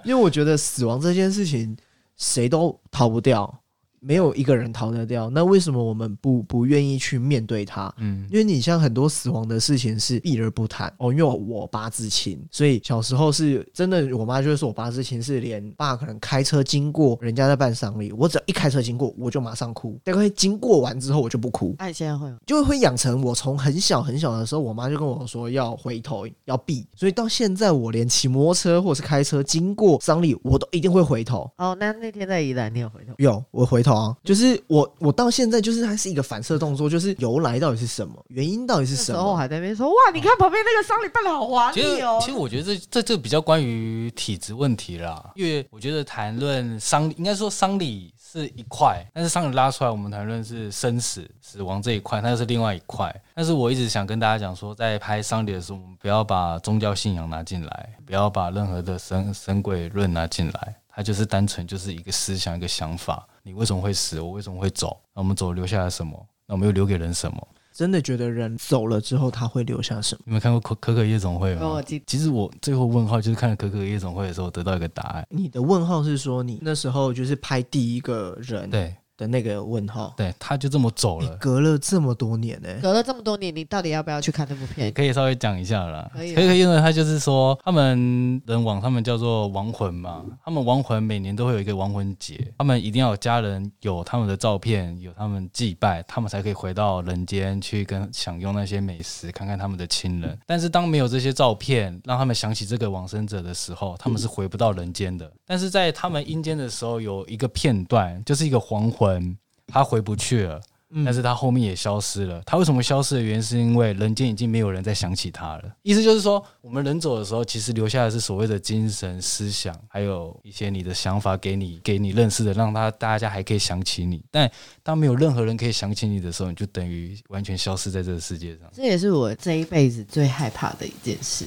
Speaker 1: 因为我觉得死亡这件事情谁都逃不掉，没有一个人逃得掉。那为什么我们不不愿意去面对它？
Speaker 3: 嗯，
Speaker 1: 因为你像很多死亡的事情是避而不谈哦，因为我八字轻，所以小时候是真的，我妈就会说我八字轻是连爸可能开车经过人家在办丧礼，我只要一开车经过我就马上哭，大概经过完之后我就不哭，
Speaker 2: 哎，现在会吗？
Speaker 1: 就会养成我从很小很小的时候，我妈就跟我说要回头要避，所以到现在我连骑摩托车或是开车经过丧礼，我都一定会回头。
Speaker 2: 哦，那那天在宜兰，你有回头？
Speaker 1: 有，我回头啊，就是我，我到现在就是它是一个反射动作，就是由来到底是什么，原因到底是
Speaker 2: 那时
Speaker 1: 什
Speaker 2: 候
Speaker 1: 么？
Speaker 2: 还在那边说，哇，你看旁边那个丧礼办的好华
Speaker 3: 其实
Speaker 2: 丽哦
Speaker 3: 其。实我觉得这这这比较关于体质问题啦，因为我觉得谈论丧，应该说丧礼是一块，但是丧礼拉出来，我们谈论是生死、死亡这一块，那是另外一块。但是我一直想跟大家讲说，在拍丧礼的时候，我们不要把宗教信仰拿进来，不要把任何的神神鬼论拿进来。它就是单纯就是一个思想、一个想法。你为什么会死？我为什么会走？那我们走留下来什么？那我们又留给人什么？
Speaker 1: 真的觉得人走了之后他会留下什么？
Speaker 3: 你们看过可可可夜总会吗？
Speaker 2: 哦我记得
Speaker 3: 其实我最后问号就是看了可可夜总会的时候得到一个答案，
Speaker 1: 你的问号是说你那时候就是拍第一个人
Speaker 3: 对
Speaker 1: 的那个问号？
Speaker 3: 对，他就这么走
Speaker 1: 你
Speaker 3: 了。
Speaker 1: 隔了这么多年欸呢、
Speaker 2: 隔了这么多年，你到底要不要去看那部片？
Speaker 3: 可以稍微讲一下啦。
Speaker 2: 可以啊
Speaker 3: 可可夜总会他就是说，他们人往他们叫做亡魂嘛，他们亡魂每年都会有一个亡魂节，他们一定要有家人有他们的照片，有他们祭拜，他们才可以回到人间去跟享用那些美食，看看他们的亲人。但是当没有这些照片，让他们想起这个往生者的时候，他们是回不到人间的。但是在他们阴间的时候，有一个片段，就是一个亡魂，他回不去了。但是他后面也消失了。他为什么消失的原因，是因为人间已经没有人再想起他了。意思就是说，我们人走的时候，其实留下的是所谓的精神、思想，还有一些你的想法给你给你认识的，让他大家还可以想起你。但当没有任何人可以想起你的时候，你就等于完全消失在这个世界上。
Speaker 2: 这也是我这一辈子最害怕的一件事，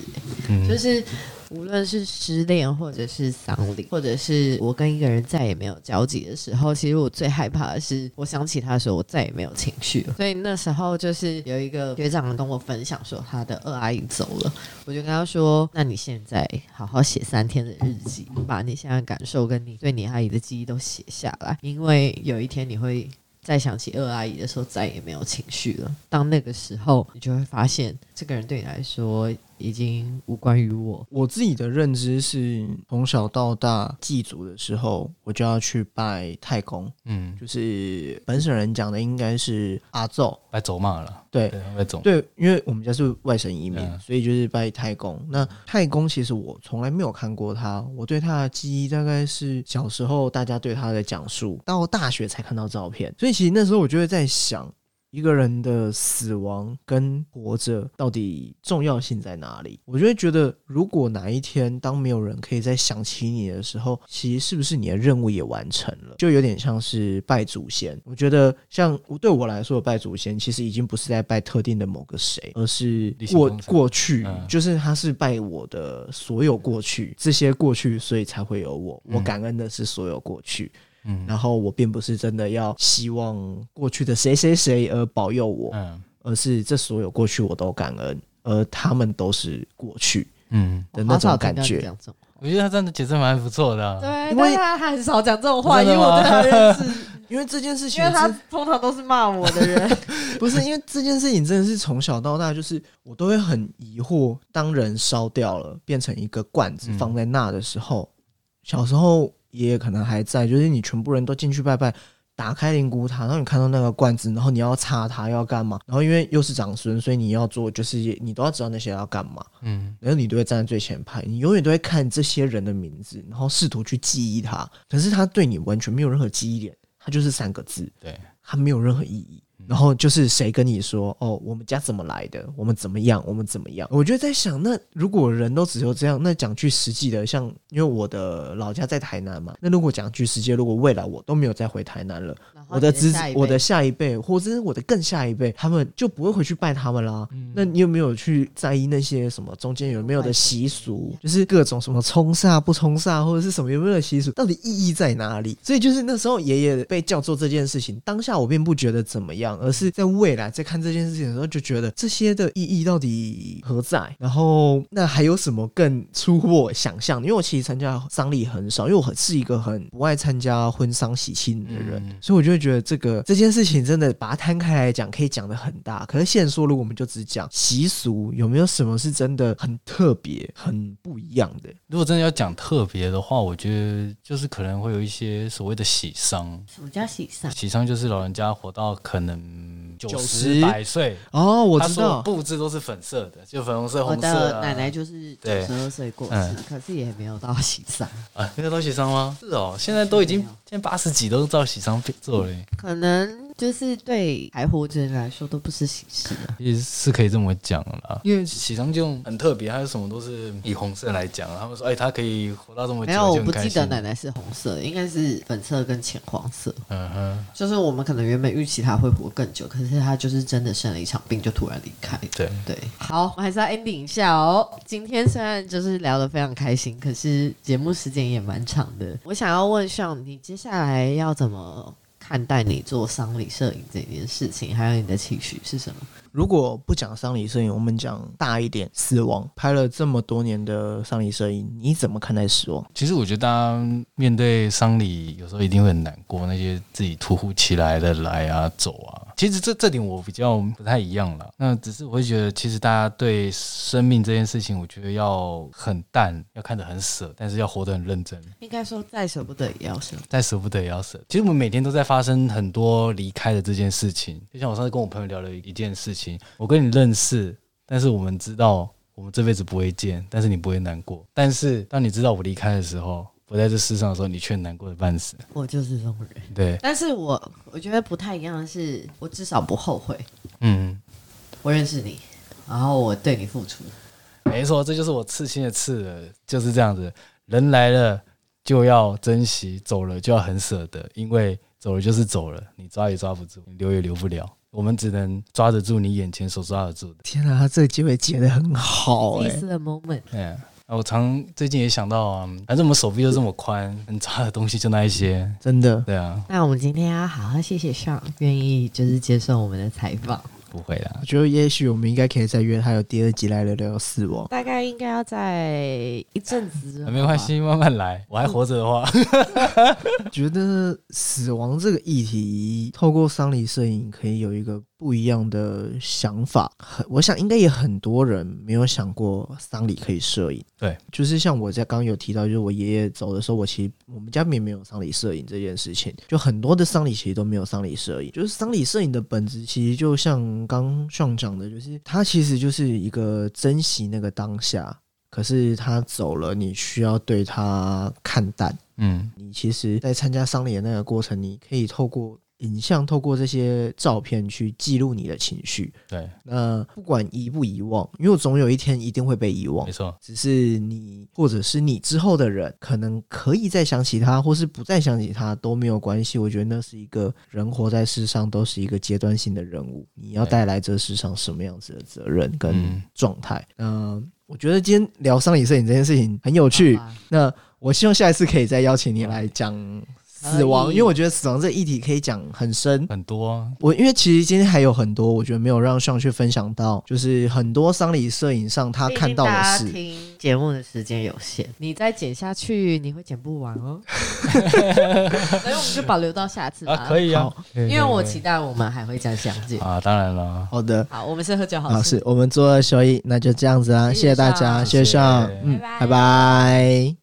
Speaker 3: 嗯
Speaker 2: 就是无论是失恋，或者是丧礼，或者是我跟一个人再也没有交集的时候，其实我最害怕的是，我想起他的时候，我再也没有情绪了。所以那时候就是有一个学长跟我分享说，他的二阿姨走了，我就跟他说：“那你现在好好写三天的日记，把你现在的感受跟你对你阿姨的记忆都写下来，因为有一天你会再想起二阿姨的时候，再也没有情绪了。当那个时候，你就会发现，这个人对你来说已经无关于我。
Speaker 1: 我自己的认知是，从小到大祭祖的时候，我就要去拜太公，
Speaker 3: 嗯，
Speaker 1: 就是本省人讲的应该是阿奏，
Speaker 3: 来走嘛了，
Speaker 1: 对
Speaker 3: 对，来走。
Speaker 1: 对，因为我们家是外省移民，
Speaker 3: 嗯
Speaker 1: 所以就是拜太公。那太公其实我从来没有看过他，我对他的记忆大概是小时候大家对他的讲述，到大学才看到照片，所以其实那时候我就会在想。一个人的死亡跟活着到底重要性在哪里？我就会觉得，如果哪一天当没有人可以再想起你的时候，其实是不是你的任务也完成了？就有点像是拜祖先。我觉得像对我来说，拜祖先其实已经不是在拜特定的某个谁，而是
Speaker 3: 例行
Speaker 1: 过
Speaker 3: 公事
Speaker 1: 过去
Speaker 3: 嗯，
Speaker 1: 就是他是拜我的所有过去，这些过去，所以才会有我。我
Speaker 3: 嗯
Speaker 1: 感恩的是所有过去。
Speaker 3: 嗯
Speaker 1: 然后我并不是真的要希望过去的谁谁谁而保佑我，
Speaker 3: 嗯
Speaker 1: 而是这所有过去我都感恩，而他们都是过去
Speaker 3: 嗯，
Speaker 1: 的
Speaker 2: 好
Speaker 1: 那
Speaker 2: 少
Speaker 1: 种
Speaker 2: 听
Speaker 1: 感
Speaker 2: 到你
Speaker 1: 觉。
Speaker 2: 讲这种话
Speaker 3: 我觉得他这样的解释蛮不错的啊、
Speaker 2: 对，
Speaker 1: 因
Speaker 2: 但
Speaker 1: 为
Speaker 2: 是他他很少讲这种话，
Speaker 3: 真
Speaker 2: 因
Speaker 3: 的
Speaker 2: 为我对他的认识
Speaker 1: 因为这件事情
Speaker 2: 因为他
Speaker 1: 是
Speaker 2: 通常都是骂我的人，
Speaker 1: 不是因为这件事情真的是从小到大，就是我都会很疑惑，当人烧掉了，变成一个罐子
Speaker 3: 嗯
Speaker 1: 放在那的时候，小时候爷爷可能还在，就是你全部人都进去拜拜。打开灵骨塔，然后你看到那个罐子，然后你要擦它，要干嘛？然后因为又是长孙，所以你要做，就是你都要知道那些要干嘛。
Speaker 3: 嗯，
Speaker 1: 然后你都会站在最前排，你永远都会看这些人的名字，然后试图去记忆它。可是他对你完全没有任何记忆点，他就是三个字，
Speaker 3: 对，
Speaker 1: 它没有任何意义。然后就是谁跟你说哦，我们家怎么来的，我们怎么样，我们怎么样？我就在想，那如果人都只有这样，那讲句实际的，像因为我的老家在台南嘛，那如果讲句实际的，如果未来我都没有再回台南了，我的子
Speaker 2: 资
Speaker 1: 子，我的下一辈，或者是我的更下一辈，他们就不会回去拜他们啦。那你有没有去在意那些什么中间有没有的习俗，就是各种什么冲煞不冲煞，或者是什么有没有的习俗，到底意义在哪里？所以就是那时候爷爷被叫做这件事情，当下我并不觉得怎么样，而是在未来在看这件事情的时候，就觉得这些的意义到底何在？然后那还有什么更出乎我想象的？因为我其实参加丧礼很少，因为我很是一个很不爱参加婚丧喜庆的人，
Speaker 3: 嗯
Speaker 1: 所以我就会觉得这个这件事情真的把它摊开来讲，可以讲的很大。可是现说，如果我们就只讲习俗，有没有什么是真的很特别、很不一样的？
Speaker 3: 如果真的要讲特别的话，我觉得就是可能会有一些所谓的喜丧，
Speaker 2: 什么叫喜丧？
Speaker 3: 喜丧就是老人家活到可能九
Speaker 1: 90
Speaker 3: 十百岁，
Speaker 1: 哦，我
Speaker 3: 他
Speaker 1: 知
Speaker 3: 所有
Speaker 1: 道，
Speaker 3: 布置都是粉色的，就粉红色、
Speaker 2: 我
Speaker 3: 红色
Speaker 2: 的
Speaker 3: 啊。
Speaker 2: 奶奶就是九
Speaker 3: 对
Speaker 2: 十二岁过世
Speaker 3: 嗯，
Speaker 2: 可是也没有到喜丧，
Speaker 3: 啊，那个都喜丧吗？是哦，现在都已经
Speaker 2: 没有
Speaker 3: 现在八十几都照喜丧做了耶，
Speaker 2: 可能就是对还活着的人来说都不是喜事啊。
Speaker 3: 也是可以这么讲啦。因为喜丧就很特别，它什么都是以红色来讲。他们说，哎，他可以活到这么久，
Speaker 2: 没有，我
Speaker 3: 就很
Speaker 2: 不
Speaker 3: 开
Speaker 2: 记
Speaker 3: 心
Speaker 2: 得奶。奶是红色的，应该是粉色跟浅黄色。
Speaker 3: 嗯哼，
Speaker 2: 就是我们可能原本预期她会活更久，可是她就是真的生了一场病，就突然离开。
Speaker 3: 对，
Speaker 2: 对，好，我们还是要 ending 一下哦。今天虽然就是聊得非常开心，可是节目时间也蛮长的。我想要问上，你接下来要怎么看待你做丧礼摄影这件事情，还有你的期许是什么？
Speaker 1: 如果不讲丧礼摄影，我们讲大一点，死亡。拍了这么多年的丧礼摄影，你怎么看待死亡？
Speaker 3: 其实我觉得大家面对丧礼，有时候一定会很难过，那些自己突如其来的来啊走啊。其实这这点我比较不太一样啦。那只是我会觉得，其实大家对生命这件事情，我觉得要很淡，要看得很舍，但是要活得很认真。
Speaker 2: 应该说再舍不得也要舍。
Speaker 3: 再舍不得也要舍。其实我们每天都在发生很多离开的这件事情，就像我上次跟我朋友聊了一件事情，我跟你认识，但是我们知道我们这辈子不会见，但是你不会难过。但是当你知道我离开的时候，不在这世上的时候，你却难过的半死。
Speaker 2: 我就是这种人，
Speaker 3: 对，
Speaker 2: 但是我我觉得不太一样的是，我至少不后悔。
Speaker 3: 嗯，
Speaker 2: 我认识你，然后我对你付出。
Speaker 3: 没错，这就是我刺心的刺了，就是这样子。人来了就要珍惜，走了就要很舍得，因为走了就是走了，你抓也抓不住，你留也留不了。我们只能抓得住你眼前所抓得住的。
Speaker 1: 天啊，他这个结尾结的很好 *laughs* 哎、
Speaker 2: 第四的 moment，
Speaker 3: 嗯，啊我常最近也想到啊，反正我们手臂就这么宽， *laughs* 能抓的东西就那一些。
Speaker 1: 真的。
Speaker 3: 对啊，
Speaker 2: 那我们今天要好好谢谢上愿意就是接受我们的采访。
Speaker 3: 不会啦
Speaker 1: 我。觉得也许我们应该可以再约他有第二集来聊聊死亡。
Speaker 2: 大概应该要在一阵子之后吧，
Speaker 3: 啊没关系，慢慢来。我还活着的话， *laughs*
Speaker 1: 觉得死亡这个议题，透过丧礼摄影可以有一个不一样的想法。很，我想应该也很多人没有想过丧礼可以摄影。
Speaker 3: 对，
Speaker 1: 就是像我在刚刚有提到，就是我爷爷走的时候，我其实我们家并没有丧礼摄影这件事情，就很多的丧礼其实都没有丧礼摄影。就是丧礼摄影的本质，其实就像刚上讲的，就是它其实就是一个珍惜那个当下。可是他走了，你需要对他看淡，
Speaker 3: 嗯，
Speaker 1: 你其实，在参加丧礼的那个过程，你可以透过影像，透过这些照片去记录你的情绪。
Speaker 3: 对，
Speaker 1: 那不管遗不遗忘，因为总有一天一定会被遗忘
Speaker 3: 没，错，
Speaker 1: 只是你或者是你之后的人，可能可以再想起他，或是不再想起他都没有关系。我觉得那是一个人活在世上都是一个阶段性的任务，你要带来这世上什么样子的责任跟
Speaker 3: 嗯
Speaker 1: 状态。嗯、我觉得今天聊丧礼摄影这件事情很有趣。
Speaker 2: 好吧
Speaker 1: 那我希望下一次可以再邀请你来讲死亡，
Speaker 2: 可以
Speaker 1: 因为我觉得死亡这议题可以讲很深。
Speaker 3: 很多啊
Speaker 1: 我因为其实今天还有很多，我觉得没有让上去分享到，就是很多丧礼摄影上他看到的
Speaker 2: 毕竟大家
Speaker 1: 事。
Speaker 2: 听节目的时间有限，你再剪下去你会剪不完 *laughs* 哦。所以我们就保留到下次吧。
Speaker 3: 啊，可以啊，可以
Speaker 2: 因为我
Speaker 3: 可以
Speaker 2: 期待我们还会再相见。
Speaker 3: 啊，当然了，
Speaker 1: 好的，
Speaker 2: 好，我们是喝酒好
Speaker 1: 老
Speaker 2: 事
Speaker 1: 师，我们做二休一，那就这样子啦，啊
Speaker 2: 谢谢
Speaker 1: 谢谢大家，谢谢
Speaker 3: 上
Speaker 1: 上，嗯，
Speaker 2: 拜
Speaker 1: 拜
Speaker 2: 拜
Speaker 1: 拜